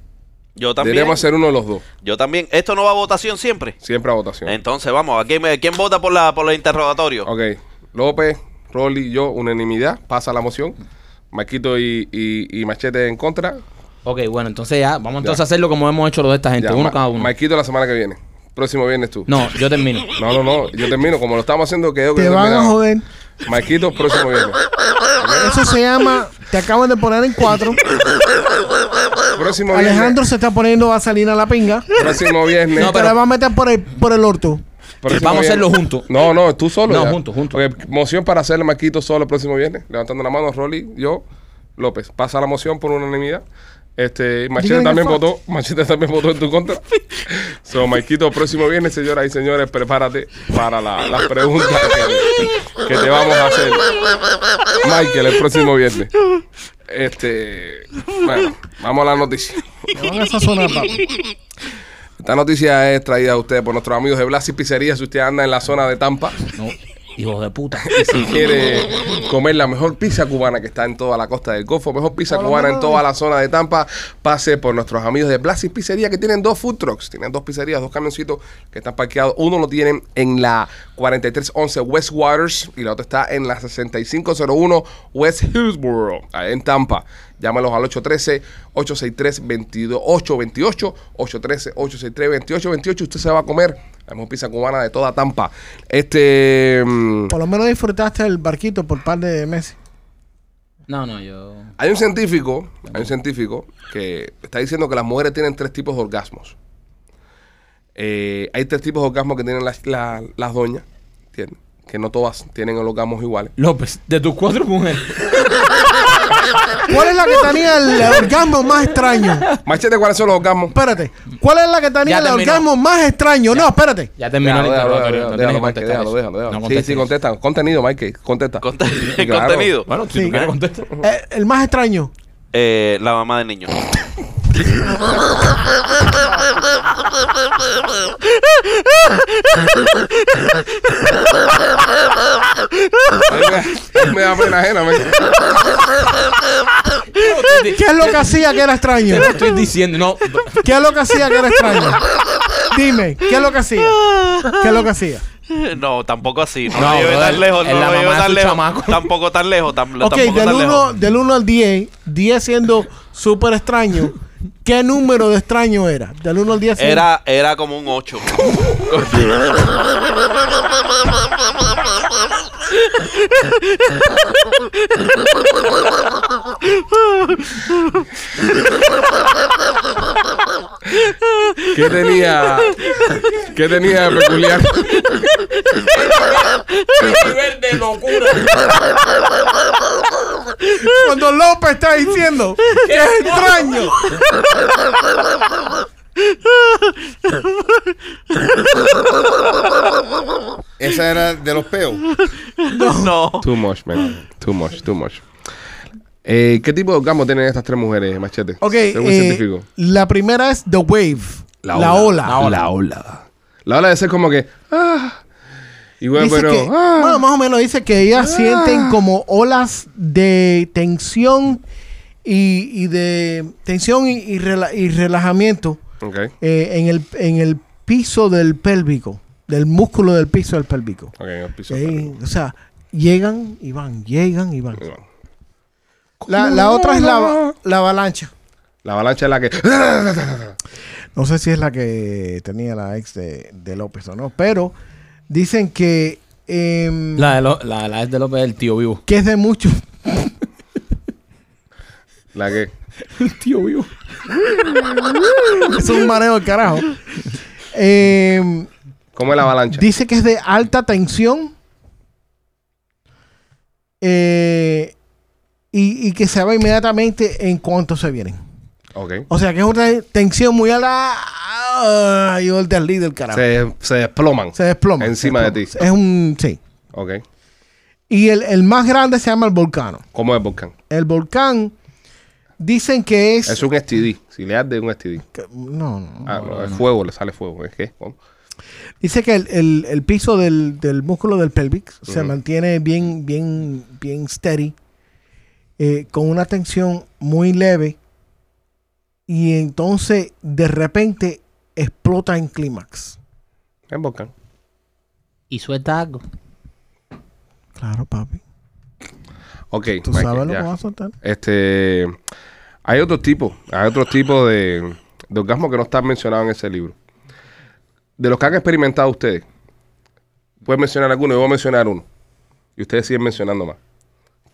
[SPEAKER 5] Yo también.
[SPEAKER 1] Deberíamos ser uno de los dos.
[SPEAKER 5] Yo también. Esto no va a votación siempre.
[SPEAKER 1] Siempre a votación.
[SPEAKER 5] Entonces, vamos, ¿a quién, me- quién vota por la por el interrogatorio?
[SPEAKER 1] Ok. López, Rolly, yo, unanimidad. Pasa la moción. Maquito y, y- y Machete en contra.
[SPEAKER 2] Ok, bueno, entonces ya, vamos entonces a hacerlo como hemos hecho lo de esta gente,
[SPEAKER 1] Ya,
[SPEAKER 2] uno
[SPEAKER 1] Ma-
[SPEAKER 2] cada uno.
[SPEAKER 1] Maquito la semana que viene. Próximo viernes tú.
[SPEAKER 2] No, yo termino.
[SPEAKER 1] No, no, no. Yo termino. Como lo estamos haciendo, quedó que
[SPEAKER 3] Te
[SPEAKER 1] yo
[SPEAKER 3] van a
[SPEAKER 1] terminaba.
[SPEAKER 3] joder.
[SPEAKER 1] Maquito, próximo viernes.
[SPEAKER 3] Eso se llama, te acaban de poner en cuatro.
[SPEAKER 1] Próximo viernes.
[SPEAKER 3] Alejandro se está poniendo vaselina a la pinga.
[SPEAKER 1] Próximo viernes.
[SPEAKER 2] No,
[SPEAKER 3] No,
[SPEAKER 2] pero-
[SPEAKER 3] pero va a meter por el, por el orto.
[SPEAKER 1] Próximo
[SPEAKER 2] Vamos a
[SPEAKER 1] viernes.
[SPEAKER 2] hacerlo juntos.
[SPEAKER 1] No, no, tú solo.
[SPEAKER 2] No,
[SPEAKER 1] ya.
[SPEAKER 2] juntos, juntos.
[SPEAKER 1] Ok, moción para hacer el maquito solo el próximo viernes. Levantando la mano, Rolly, yo, López. Pasa la moción por unanimidad. Este, Machete
[SPEAKER 3] Díganle
[SPEAKER 1] también
[SPEAKER 3] fuck.
[SPEAKER 1] votó. Machete también votó en tu contra. so, Maquito, próximo viernes, señoras y señores, prepárate para la- las preguntas que, que te vamos a hacer. Michael, el próximo viernes. Este, bueno, vamos a la noticia.
[SPEAKER 3] Te van a sazonar, papi.
[SPEAKER 1] Esta noticia es traída a ustedes por nuestros amigos de Blas y Pizzería. Si usted anda en la zona de Tampa,
[SPEAKER 2] No, hijo de puta.
[SPEAKER 1] si quiere comer la mejor pizza cubana que está en toda la costa del Golfo, mejor pizza
[SPEAKER 3] Por lo
[SPEAKER 1] cubana en
[SPEAKER 3] menos-
[SPEAKER 1] toda la zona de Tampa, pase por nuestros amigos de Blasis Pizzería que tienen dos food trucks, tienen dos pizzerías, dos camioncitos que están parqueados. Uno lo tienen en la 4311 West Waters y la otra está en la 6501 West Hillsboro, ahí en Tampa. Llámalos al 813-863-2828, 813-863-2828. Usted se va a comer la mejor pizza cubana de toda Tampa. Este. mm,
[SPEAKER 3] Por lo menos disfrutaste el barquito por par de meses.
[SPEAKER 2] No, no, yo.
[SPEAKER 1] Hay un científico, hay un científico que está diciendo que las mujeres tienen tres tipos de orgasmos. Eh, hay tres tipos de orgasmos que tienen las, la- las doñas, ¿entiendes? que no todas tienen orgasmos iguales.
[SPEAKER 2] López, de tus cuatro mujeres.
[SPEAKER 3] ¿Cuál es la que tenía el orgasmo más extraño?
[SPEAKER 1] Machete, ¿cuáles son los orgasmos?
[SPEAKER 3] Espérate. ¿Cuál es la que tenía
[SPEAKER 2] Ya
[SPEAKER 3] el
[SPEAKER 2] terminó.
[SPEAKER 3] orgasmo más extraño? No, espérate.
[SPEAKER 2] Ya terminó el
[SPEAKER 1] Déjalo,
[SPEAKER 2] interrogatorio.
[SPEAKER 1] déjalo, déjalo,
[SPEAKER 2] no tienes
[SPEAKER 1] Mike,
[SPEAKER 2] que contestar
[SPEAKER 1] déjalo,
[SPEAKER 2] eso.
[SPEAKER 1] déjalo, déjalo.
[SPEAKER 2] No
[SPEAKER 1] Sí,
[SPEAKER 2] contestes
[SPEAKER 1] sí,
[SPEAKER 2] eso.
[SPEAKER 1] contesta. Contenido, Mike, contesta.
[SPEAKER 5] Conte-
[SPEAKER 1] Sí, claro.
[SPEAKER 5] Contenido.
[SPEAKER 2] Bueno, si
[SPEAKER 3] Sí.
[SPEAKER 2] tú quieres contestar.
[SPEAKER 3] Eh, el más extraño.
[SPEAKER 5] Eh, la mamá del niño.
[SPEAKER 1] Ay, me- Me da pena ajena, Mike.
[SPEAKER 3] ¿Qué es lo que hacía que era extraño?
[SPEAKER 2] Estoy diciendo, no.
[SPEAKER 3] ¿Qué es lo que hacía que era extraño? Dime, ¿qué es lo que hacía? ¿Qué es lo que hallaba?
[SPEAKER 5] No, tampoco así. No,
[SPEAKER 2] No,
[SPEAKER 5] lo lleve
[SPEAKER 2] brother,
[SPEAKER 5] tan lejos.
[SPEAKER 2] es
[SPEAKER 5] No
[SPEAKER 2] la
[SPEAKER 5] lo lleve
[SPEAKER 2] mamá de
[SPEAKER 5] tan
[SPEAKER 2] su
[SPEAKER 5] lejos.
[SPEAKER 2] chamaco.
[SPEAKER 5] Tampoco tan lejos. tam-
[SPEAKER 3] Ok,
[SPEAKER 5] tampoco
[SPEAKER 3] del
[SPEAKER 5] tan
[SPEAKER 3] 1
[SPEAKER 5] lejos.
[SPEAKER 3] del uno al 10, 10 siendo súper extraño, ¿qué número de extraño era? Del 1 al 10 siendo-
[SPEAKER 5] Era, era como un 8.
[SPEAKER 1] ¿Qué tenía? ¿Qué tenía de peculiar?
[SPEAKER 2] nivel de locura.
[SPEAKER 3] Con Carlos López está diciendo que es extraño.
[SPEAKER 4] Esa era de los peos.
[SPEAKER 5] No.
[SPEAKER 1] Too much, man. Too much, too much. Eh, ¿Qué tipo de orgasmo tienen estas tres mujeres, Machete?
[SPEAKER 3] Ok,
[SPEAKER 1] Según
[SPEAKER 3] eh,
[SPEAKER 1] científico.
[SPEAKER 3] la primera es The Wave. La ola.
[SPEAKER 1] La ola. La ola. de ser como que. Ah, y bueno,
[SPEAKER 3] Dice
[SPEAKER 1] pero.
[SPEAKER 3] que-
[SPEAKER 1] ah,
[SPEAKER 3] bueno, más o menos dice que ellas sienten como olas de tensión y, y de tensión y, y rela- y relajamiento
[SPEAKER 1] ok.
[SPEAKER 3] eh, en, el, en el piso del pélvico, del músculo del piso del pélvico.
[SPEAKER 1] Ok, en el piso.
[SPEAKER 3] Eh, o sea, llegan y van, llegan y van.
[SPEAKER 1] Bueno.
[SPEAKER 3] La, la otra es la, la avalancha.
[SPEAKER 1] La avalancha es la que.
[SPEAKER 3] No sé si es la que tenía la ex de, de López o no, pero dicen que, em,
[SPEAKER 2] La de, lo- la, la ex de López el tío vivo.
[SPEAKER 3] que es de mucho.
[SPEAKER 1] la que.
[SPEAKER 2] El tío vivo.
[SPEAKER 3] es un mareo del carajo. Em,
[SPEAKER 1] ¿Cómo es la avalancha?
[SPEAKER 3] dice que es de alta tensión eh, y, y que se va inmediatamente en cuanto se vienen.
[SPEAKER 1] Ok.
[SPEAKER 3] O sea que es una tensión muy alta ah, y el desliz del carajo.
[SPEAKER 1] Se, se desploman.
[SPEAKER 3] Se desploma.
[SPEAKER 1] Encima
[SPEAKER 3] se
[SPEAKER 1] de
[SPEAKER 3] desploma.
[SPEAKER 1] ti.
[SPEAKER 3] Es un. Sí.
[SPEAKER 1] Ok.
[SPEAKER 3] Y el, el más grande se llama el volcán.
[SPEAKER 1] ¿Cómo es volcán?
[SPEAKER 3] El volcán dicen que es.
[SPEAKER 1] Es un STD. Si le das de un STD.
[SPEAKER 3] que- no, no.
[SPEAKER 1] Ah, no, es fuego, le sale fuego. ¿Es que ¿Cómo?
[SPEAKER 3] Dice que el, el- el piso del, del músculo del pelvis se mantiene bien, bien, bien steady, eh, con una tensión muy leve. Y entonces, de repente, explota en clímax.
[SPEAKER 1] Es volcán.
[SPEAKER 2] Y suelta algo.
[SPEAKER 3] Claro, papi.
[SPEAKER 1] Ok.
[SPEAKER 3] Tú
[SPEAKER 1] Michael,
[SPEAKER 3] sabes lo
[SPEAKER 1] ya.
[SPEAKER 3] que vas a soltar.
[SPEAKER 1] Este, hay otro tipo, hay otro tipo de, de orgasmo que no están mencionados en ese libro. De los que han experimentado ustedes, pueden mencionar alguno, yo voy a mencionar uno. Y ustedes siguen mencionando más.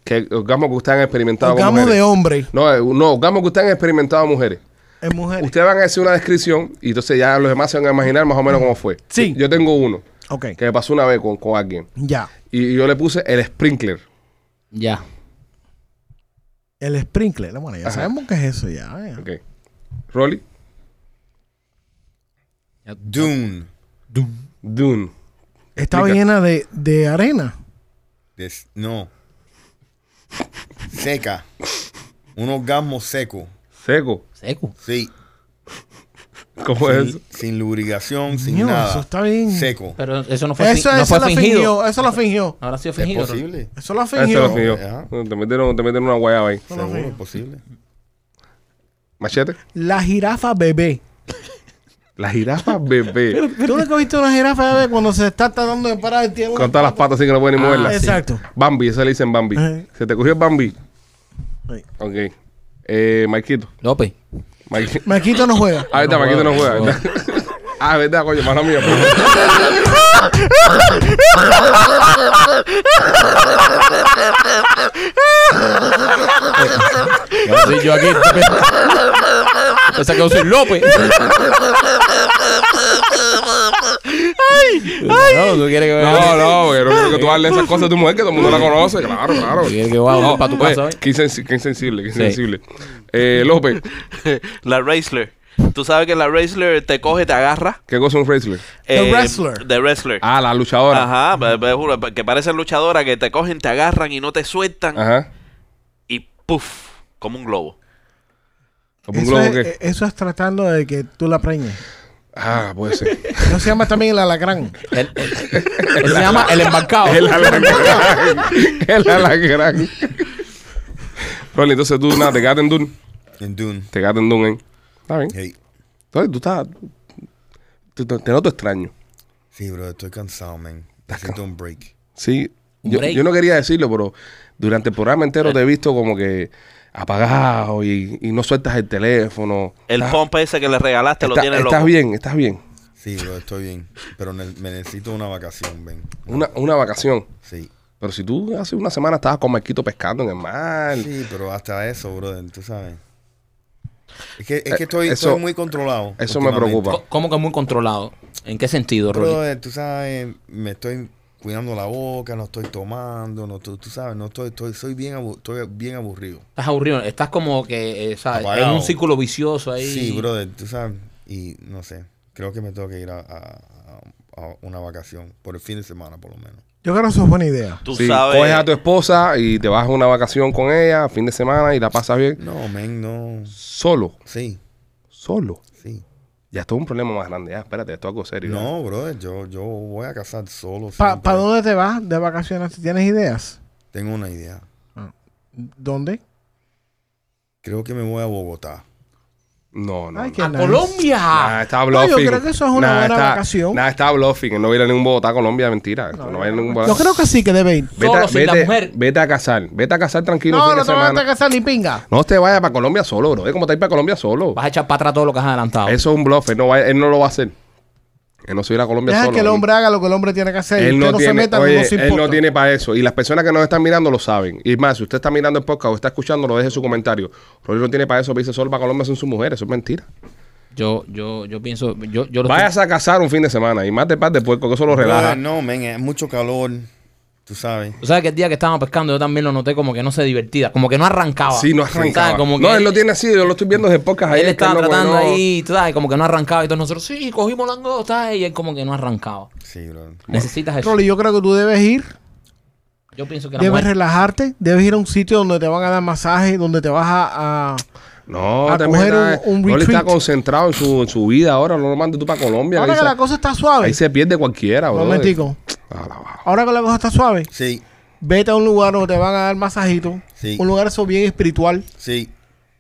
[SPEAKER 1] ¿Qué orgasmo que ustedes han experimentado con
[SPEAKER 3] Orgasmo de
[SPEAKER 1] mujeres?
[SPEAKER 3] hombre
[SPEAKER 1] No, eh, no, orgasmo que ustedes han experimentado mujeres.
[SPEAKER 3] en mujeres.
[SPEAKER 1] Ustedes van a decir una descripción y entonces ya los demás se van a imaginar más o menos cómo fue.
[SPEAKER 3] Sí.
[SPEAKER 1] Yo tengo uno
[SPEAKER 3] Ok,
[SPEAKER 1] que me pasó una vez con, con alguien
[SPEAKER 3] ya.
[SPEAKER 1] y yo le puse el sprinkler.
[SPEAKER 2] Ya.
[SPEAKER 3] El sprinkler. Bueno, ya
[SPEAKER 1] Ajá.
[SPEAKER 3] sabemos qué es eso ya. ya.
[SPEAKER 1] Ok. Rolly,
[SPEAKER 4] Dune.
[SPEAKER 1] Dune.
[SPEAKER 3] Estaba
[SPEAKER 1] Explica.
[SPEAKER 3] llena de, de arena.
[SPEAKER 4] Des- no. Seca. Un orgasmo seco.
[SPEAKER 1] Seco.
[SPEAKER 2] Seco.
[SPEAKER 4] Sí.
[SPEAKER 1] ¿Cómo es eso?
[SPEAKER 4] Sin, sin lubricación, sin
[SPEAKER 3] Coño,
[SPEAKER 4] nada.
[SPEAKER 3] Eso está bien.
[SPEAKER 4] Seco.
[SPEAKER 2] Pero eso no fue,
[SPEAKER 3] Eso,
[SPEAKER 2] fi- no
[SPEAKER 3] eso
[SPEAKER 2] fue
[SPEAKER 3] lo
[SPEAKER 2] fingido.
[SPEAKER 3] fingió. Eso lo fingió.
[SPEAKER 2] Ahora sí
[SPEAKER 4] ¿Es
[SPEAKER 2] fingido.
[SPEAKER 4] posible?
[SPEAKER 3] Eso lo
[SPEAKER 1] Ah, Eso
[SPEAKER 3] fingió.
[SPEAKER 1] lo fingió.
[SPEAKER 4] Ajá.
[SPEAKER 1] Te metieron, te metieron una guayaba ahí.
[SPEAKER 3] lo
[SPEAKER 4] Seguro,
[SPEAKER 3] veo.
[SPEAKER 4] es posible.
[SPEAKER 1] Machete.
[SPEAKER 3] La jirafa bebé.
[SPEAKER 1] La jirafa bebé.
[SPEAKER 3] ¿Tú le cogiste una jirafa bebé cuando se está tratando de parar el tiempo?
[SPEAKER 1] Con todas las patas así que no pueden ni
[SPEAKER 2] Ah,
[SPEAKER 1] moverlas.
[SPEAKER 3] Exacto.
[SPEAKER 1] Bambi, eso le dicen Bambi.
[SPEAKER 3] Ajá.
[SPEAKER 1] ¿Se te cogió el Bambi?
[SPEAKER 3] Sí.
[SPEAKER 1] Ok. Eh, Marquito.
[SPEAKER 2] López.
[SPEAKER 1] Marqui-
[SPEAKER 3] Marquito no juega.
[SPEAKER 1] Ah, está,
[SPEAKER 2] No
[SPEAKER 1] Marquito no
[SPEAKER 2] juega,
[SPEAKER 1] juega.
[SPEAKER 2] no
[SPEAKER 1] ah, verdad, coño, pues. mala mía.
[SPEAKER 2] Sí, yo aquí. O sea que yo soy López. No, tú quieres que
[SPEAKER 1] No, no, porque no quiero que tú hables esas cosas de tu mujer que todo el mundo la conoce. Claro, claro.
[SPEAKER 2] Tú quieres que vaya
[SPEAKER 1] No, pues,
[SPEAKER 2] para tu
[SPEAKER 1] oye,
[SPEAKER 2] casa hoy.
[SPEAKER 1] Qué, insensi- qué insensible, qué
[SPEAKER 2] Sí.
[SPEAKER 1] insensible. Eh, López,
[SPEAKER 5] La Wrestler. Tú sabes que la Wrestler te coge, te agarra. eh,
[SPEAKER 1] ¿qué cosa es un wrestler?
[SPEAKER 3] The Wrestler.
[SPEAKER 5] The Wrestler.
[SPEAKER 1] Ah, la luchadora. Ajá.
[SPEAKER 5] Ajá, pe- pe- juro, pe- que parece luchadora que te cogen, te agarran y no te sueltan. Y puff, como un globo.
[SPEAKER 1] ¿Como un
[SPEAKER 3] Eso
[SPEAKER 1] globo
[SPEAKER 3] es,
[SPEAKER 1] qué?
[SPEAKER 3] eh, eso es tratando de que tú la preñes.
[SPEAKER 1] Ah, puede ser.
[SPEAKER 3] Eso se llama también el alacrán.
[SPEAKER 2] El- el- él se llama el embarcado.
[SPEAKER 1] El alacrán. El alacrán. Rolly, entonces tú nada, te quedaste en Dune.
[SPEAKER 4] En Dune.
[SPEAKER 1] Te quedaste en Dune, ¿eh? Está bien.
[SPEAKER 4] Hey.
[SPEAKER 1] Entonces tú estás. tú- tú- te noto extraño.
[SPEAKER 4] Sí, bro, estoy cansado, man. Necesito un break.
[SPEAKER 1] Sí.
[SPEAKER 2] Un
[SPEAKER 1] Yo,
[SPEAKER 2] break.
[SPEAKER 1] yo no quería decirlo, pero durante el programa entero te he visto como que apagado y, y no sueltas el teléfono.
[SPEAKER 5] El
[SPEAKER 1] Estás-
[SPEAKER 5] pompa ese que le regalaste lo
[SPEAKER 1] está-
[SPEAKER 5] tiene
[SPEAKER 1] Estás
[SPEAKER 5] loco.
[SPEAKER 1] bien, estás bien.
[SPEAKER 4] Sí, bro, estoy bien. Pero ne- me necesito una vacación, ven.
[SPEAKER 1] Una, una vacación.
[SPEAKER 4] Sí.
[SPEAKER 1] Pero si tú hace una semana estabas con Marquito pescando en el mar.
[SPEAKER 4] Sí, pero hasta eso, brother, tú sabes. Es que, es que
[SPEAKER 1] Eh,
[SPEAKER 4] estoy,
[SPEAKER 1] eso-
[SPEAKER 4] estoy muy controlado.
[SPEAKER 1] eso me
[SPEAKER 4] últimamente.
[SPEAKER 1] preocupa.
[SPEAKER 2] Co- ¿Cómo que muy controlado? ¿En qué sentido, Rolly?
[SPEAKER 4] Brother, tú sabes, me estoy cuidando la boca, no estoy tomando, no estoy, tú sabes, no estoy, estoy, soy bien, abu- estoy bien aburrido.
[SPEAKER 2] Estás aburrido, estás como que, eh, ¿sabes?
[SPEAKER 4] Apagado.
[SPEAKER 2] En un círculo vicioso ahí.
[SPEAKER 4] Sí, brother, tú sabes, y no sé, creo que me tengo que ir a, a- a- a una vacación, por el fin de semana por lo menos.
[SPEAKER 3] Yo creo que eso es buena idea.
[SPEAKER 5] Tú
[SPEAKER 1] Sí,
[SPEAKER 5] sabes.
[SPEAKER 1] coges a tu esposa y te vas a una vacación con ella, fin de semana, y la pasas bien.
[SPEAKER 4] No, men, no,
[SPEAKER 1] Solo,
[SPEAKER 4] sí,
[SPEAKER 1] solo.
[SPEAKER 4] sí.
[SPEAKER 1] Ya esto es un problema más grande. Ya, espérate, esto es algo serio. ya.
[SPEAKER 4] No, brother, yo, yo voy a casar solo.
[SPEAKER 3] ¿Para
[SPEAKER 4] siempre.
[SPEAKER 3] dónde te vas de vacaciones? si ¿Tienes ideas?
[SPEAKER 4] Tengo una idea.
[SPEAKER 3] ¿Dónde?
[SPEAKER 4] Creo que me voy a Bogotá.
[SPEAKER 1] No, no.
[SPEAKER 3] Ay,
[SPEAKER 1] no.
[SPEAKER 3] qué
[SPEAKER 2] ¡A
[SPEAKER 3] nice.
[SPEAKER 2] Colombia!
[SPEAKER 1] Nah, está
[SPEAKER 3] No, yo
[SPEAKER 1] bluffing.
[SPEAKER 3] creo que eso es una
[SPEAKER 1] Nah,
[SPEAKER 3] buena
[SPEAKER 1] está-
[SPEAKER 3] vacación.
[SPEAKER 1] Nah, está bluffing. No va a ir a ningún Bogotá, Colombia, mentira. No, va a ir a ningún Bogotá.
[SPEAKER 3] Yo creo que sí que debe ir.
[SPEAKER 1] Vete,
[SPEAKER 2] Solo,
[SPEAKER 1] a-
[SPEAKER 2] sin la
[SPEAKER 1] vete-
[SPEAKER 2] mujer.
[SPEAKER 1] vete a casar. Vete a casar tranquilo.
[SPEAKER 3] No,
[SPEAKER 1] fin de
[SPEAKER 3] no te vas
[SPEAKER 1] semana.
[SPEAKER 3] a casar ni pinga.
[SPEAKER 1] No te vayas para Colombia solo, bro. Es como te ir para Colombia solo.
[SPEAKER 2] Vas a echar para atrás todo lo que has adelantado.
[SPEAKER 1] Eso es un bluff. Él no, va- él no lo va a hacer. Él no se va a ir a Colombia
[SPEAKER 3] Deja
[SPEAKER 1] solo.
[SPEAKER 3] que el hombre haga lo que el hombre tiene que hacer.
[SPEAKER 1] Él
[SPEAKER 3] Usted
[SPEAKER 1] no,
[SPEAKER 3] no se
[SPEAKER 1] tiene,
[SPEAKER 3] meta,
[SPEAKER 1] oye,
[SPEAKER 3] no se
[SPEAKER 1] él no
[SPEAKER 3] importa.
[SPEAKER 1] tiene para eso. Y las personas que nos están mirando lo saben. Y más, si usted está mirando el podcast o está escuchando, lo deje su comentario. Rory no tiene para eso. Dice solo para Colombia son sus mujeres. Eso es mentira.
[SPEAKER 2] Yo, yo, yo pienso, yo, yo lo
[SPEAKER 1] Vayas a casar un fin de semana y mate par de puerco, que eso lo relaja.
[SPEAKER 4] Brother, no, men, es mucho calor, tú sabes.
[SPEAKER 2] Tú sabes que el día que estábamos pescando yo también lo noté como que no se divertía, como que no arrancaba.
[SPEAKER 1] Sí, no
[SPEAKER 2] ¿Sabes?
[SPEAKER 1] arrancaba.
[SPEAKER 2] Como que
[SPEAKER 1] no, él lo tiene así. Yo lo estoy viendo desde el podcast.
[SPEAKER 2] Él
[SPEAKER 1] ayer,
[SPEAKER 2] estaba
[SPEAKER 1] que él no-
[SPEAKER 2] tratando
[SPEAKER 1] pues, no-
[SPEAKER 2] ahí, tú sabes, como que no arrancaba. Y todos nosotros, sí, cogimos langosta. Y él como que no arrancaba.
[SPEAKER 4] Sí, brother.
[SPEAKER 2] Necesitas eso.
[SPEAKER 3] Rolly, yo creo que tú debes ir,
[SPEAKER 2] Yo pienso que la
[SPEAKER 3] debes
[SPEAKER 2] mujer-
[SPEAKER 3] relajarte, debes ir a un sitio donde te van a dar masaje, donde te vas a... a-
[SPEAKER 1] No,
[SPEAKER 3] A
[SPEAKER 1] te
[SPEAKER 3] coger
[SPEAKER 1] metas-
[SPEAKER 3] un- un
[SPEAKER 1] Rolly está
[SPEAKER 3] retreat.
[SPEAKER 1] concentrado en su, en su vida ahora. No lo mandes tú para Colombia.
[SPEAKER 3] Ahora
[SPEAKER 1] ahí,
[SPEAKER 3] que la
[SPEAKER 1] se,
[SPEAKER 3] cosa está suave.
[SPEAKER 1] ahí se pierde cualquiera, bro.
[SPEAKER 3] Momentico. Ahora que la cosa está suave,
[SPEAKER 4] Sí,
[SPEAKER 3] vete a un lugar donde te van a dar masajito.
[SPEAKER 4] Sí.
[SPEAKER 3] Un lugar eso bien espiritual.
[SPEAKER 4] sí,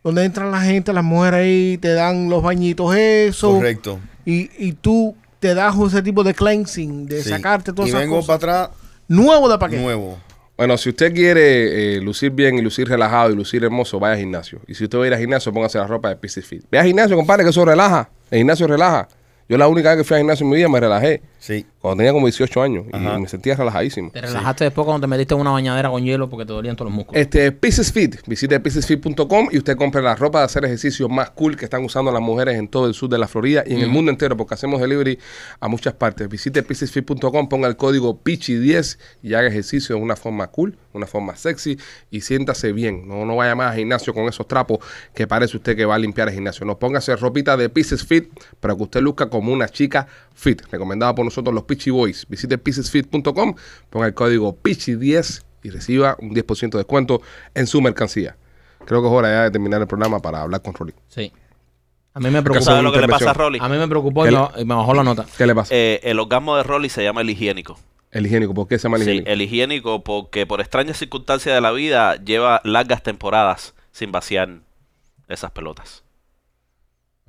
[SPEAKER 3] Donde entran la gente, las mujeres ahí, te dan los bañitos eso.
[SPEAKER 4] correcto.
[SPEAKER 3] Y, y tú te das ese tipo de cleansing, de
[SPEAKER 4] sí.
[SPEAKER 3] sacarte todas
[SPEAKER 4] Y
[SPEAKER 3] esas
[SPEAKER 4] vengo
[SPEAKER 3] cosas.
[SPEAKER 4] para atrás
[SPEAKER 3] Nuevo de paquete.
[SPEAKER 4] nuevo.
[SPEAKER 1] Bueno, si usted quiere eh, lucir bien y lucir relajado y lucir hermoso, vaya al gimnasio. Y si usted va a ir al gimnasio, póngase la ropa de PC Fit. Ve al gimnasio, compadre, que eso relaja. El gimnasio relaja. Yo la única vez que fui al gimnasio en mi vida me relajé.
[SPEAKER 4] Sí,
[SPEAKER 1] Cuando tenía como 18 años
[SPEAKER 4] Ajá.
[SPEAKER 1] y me sentía relajadísimo.
[SPEAKER 2] Te relajaste después cuando te metiste en una bañadera con hielo porque te dolían todos los músculos.
[SPEAKER 1] Este, Pieces Fit, visite piecesfit.com y usted compre la ropa de hacer ejercicios más cool que están usando las mujeres en todo el sur de la Florida y en el mundo entero porque hacemos delivery a muchas partes. Visite piecesfit.com, ponga el código PICHI10 y haga ejercicio de una forma cool, una forma sexy y siéntase bien. No, no vaya más al gimnasio con esos trapos que parece usted que va a limpiar el gimnasio. No, póngase ropita de Pieces Fit para que usted luzca como una chica fit. Recomendada por nosotros los Pichi Boys. Visite piecesfit.com, ponga el código PICHI10 y reciba un 10% de descuento en su mercancía. Creo que es hora ya de terminar el programa para hablar con Rolly.
[SPEAKER 2] Sí. A mí me
[SPEAKER 5] ¿Tú
[SPEAKER 2] preocupó.
[SPEAKER 5] sabes lo que le pasa a
[SPEAKER 1] intervención.
[SPEAKER 5] Rolly?
[SPEAKER 2] A mí me preocupó eh,
[SPEAKER 1] ¿Qué
[SPEAKER 2] y
[SPEAKER 1] le-
[SPEAKER 2] me, y me bajó la nota.
[SPEAKER 1] ¿Qué le pasa?
[SPEAKER 5] Eh, el orgasmo de Rolly se llama el higiénico.
[SPEAKER 1] el higiénico, ¿por qué se llama el
[SPEAKER 5] Sí, eh.
[SPEAKER 1] higiénico?
[SPEAKER 5] el higiénico porque por extrañas circunstancias de la vida lleva largas temporadas sin vaciar esas pelotas.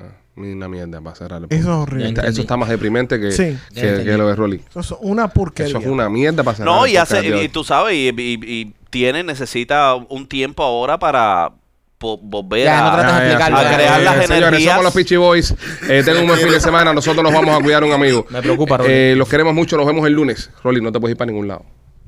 [SPEAKER 1] Ah, una mierda para cerrar el
[SPEAKER 3] Eso es
[SPEAKER 1] podcast.
[SPEAKER 3] horrible.
[SPEAKER 1] Está- Eso está más deprimente que,
[SPEAKER 3] Sí.
[SPEAKER 1] que- que
[SPEAKER 2] entendí.
[SPEAKER 1] lo de Rolly.
[SPEAKER 3] Eso es una porquería.
[SPEAKER 1] Eso es una mierda para cerrar
[SPEAKER 5] No,
[SPEAKER 1] el
[SPEAKER 5] y,
[SPEAKER 1] podcast
[SPEAKER 5] hace,
[SPEAKER 1] de hoy.
[SPEAKER 5] y, y tú sabes, y, y- y tiene, necesita un tiempo ahora para po- volver
[SPEAKER 2] Ya, no
[SPEAKER 5] a...
[SPEAKER 2] trates de
[SPEAKER 1] Ah, Ya, ya,
[SPEAKER 2] explicarlo.
[SPEAKER 1] sí,
[SPEAKER 5] A
[SPEAKER 1] ya,
[SPEAKER 5] crear
[SPEAKER 1] ya,
[SPEAKER 5] las
[SPEAKER 1] ya, Señores,
[SPEAKER 5] energías.
[SPEAKER 1] somos los Pichi Boys. Eh, tengo un buen fin de semana. Nosotros nos vamos a cuidar un amigo.
[SPEAKER 2] Me preocupa, Rolly.
[SPEAKER 1] Eh, los queremos mucho. Nos vemos el lunes. Rolly, no te puedes ir para ningún lado.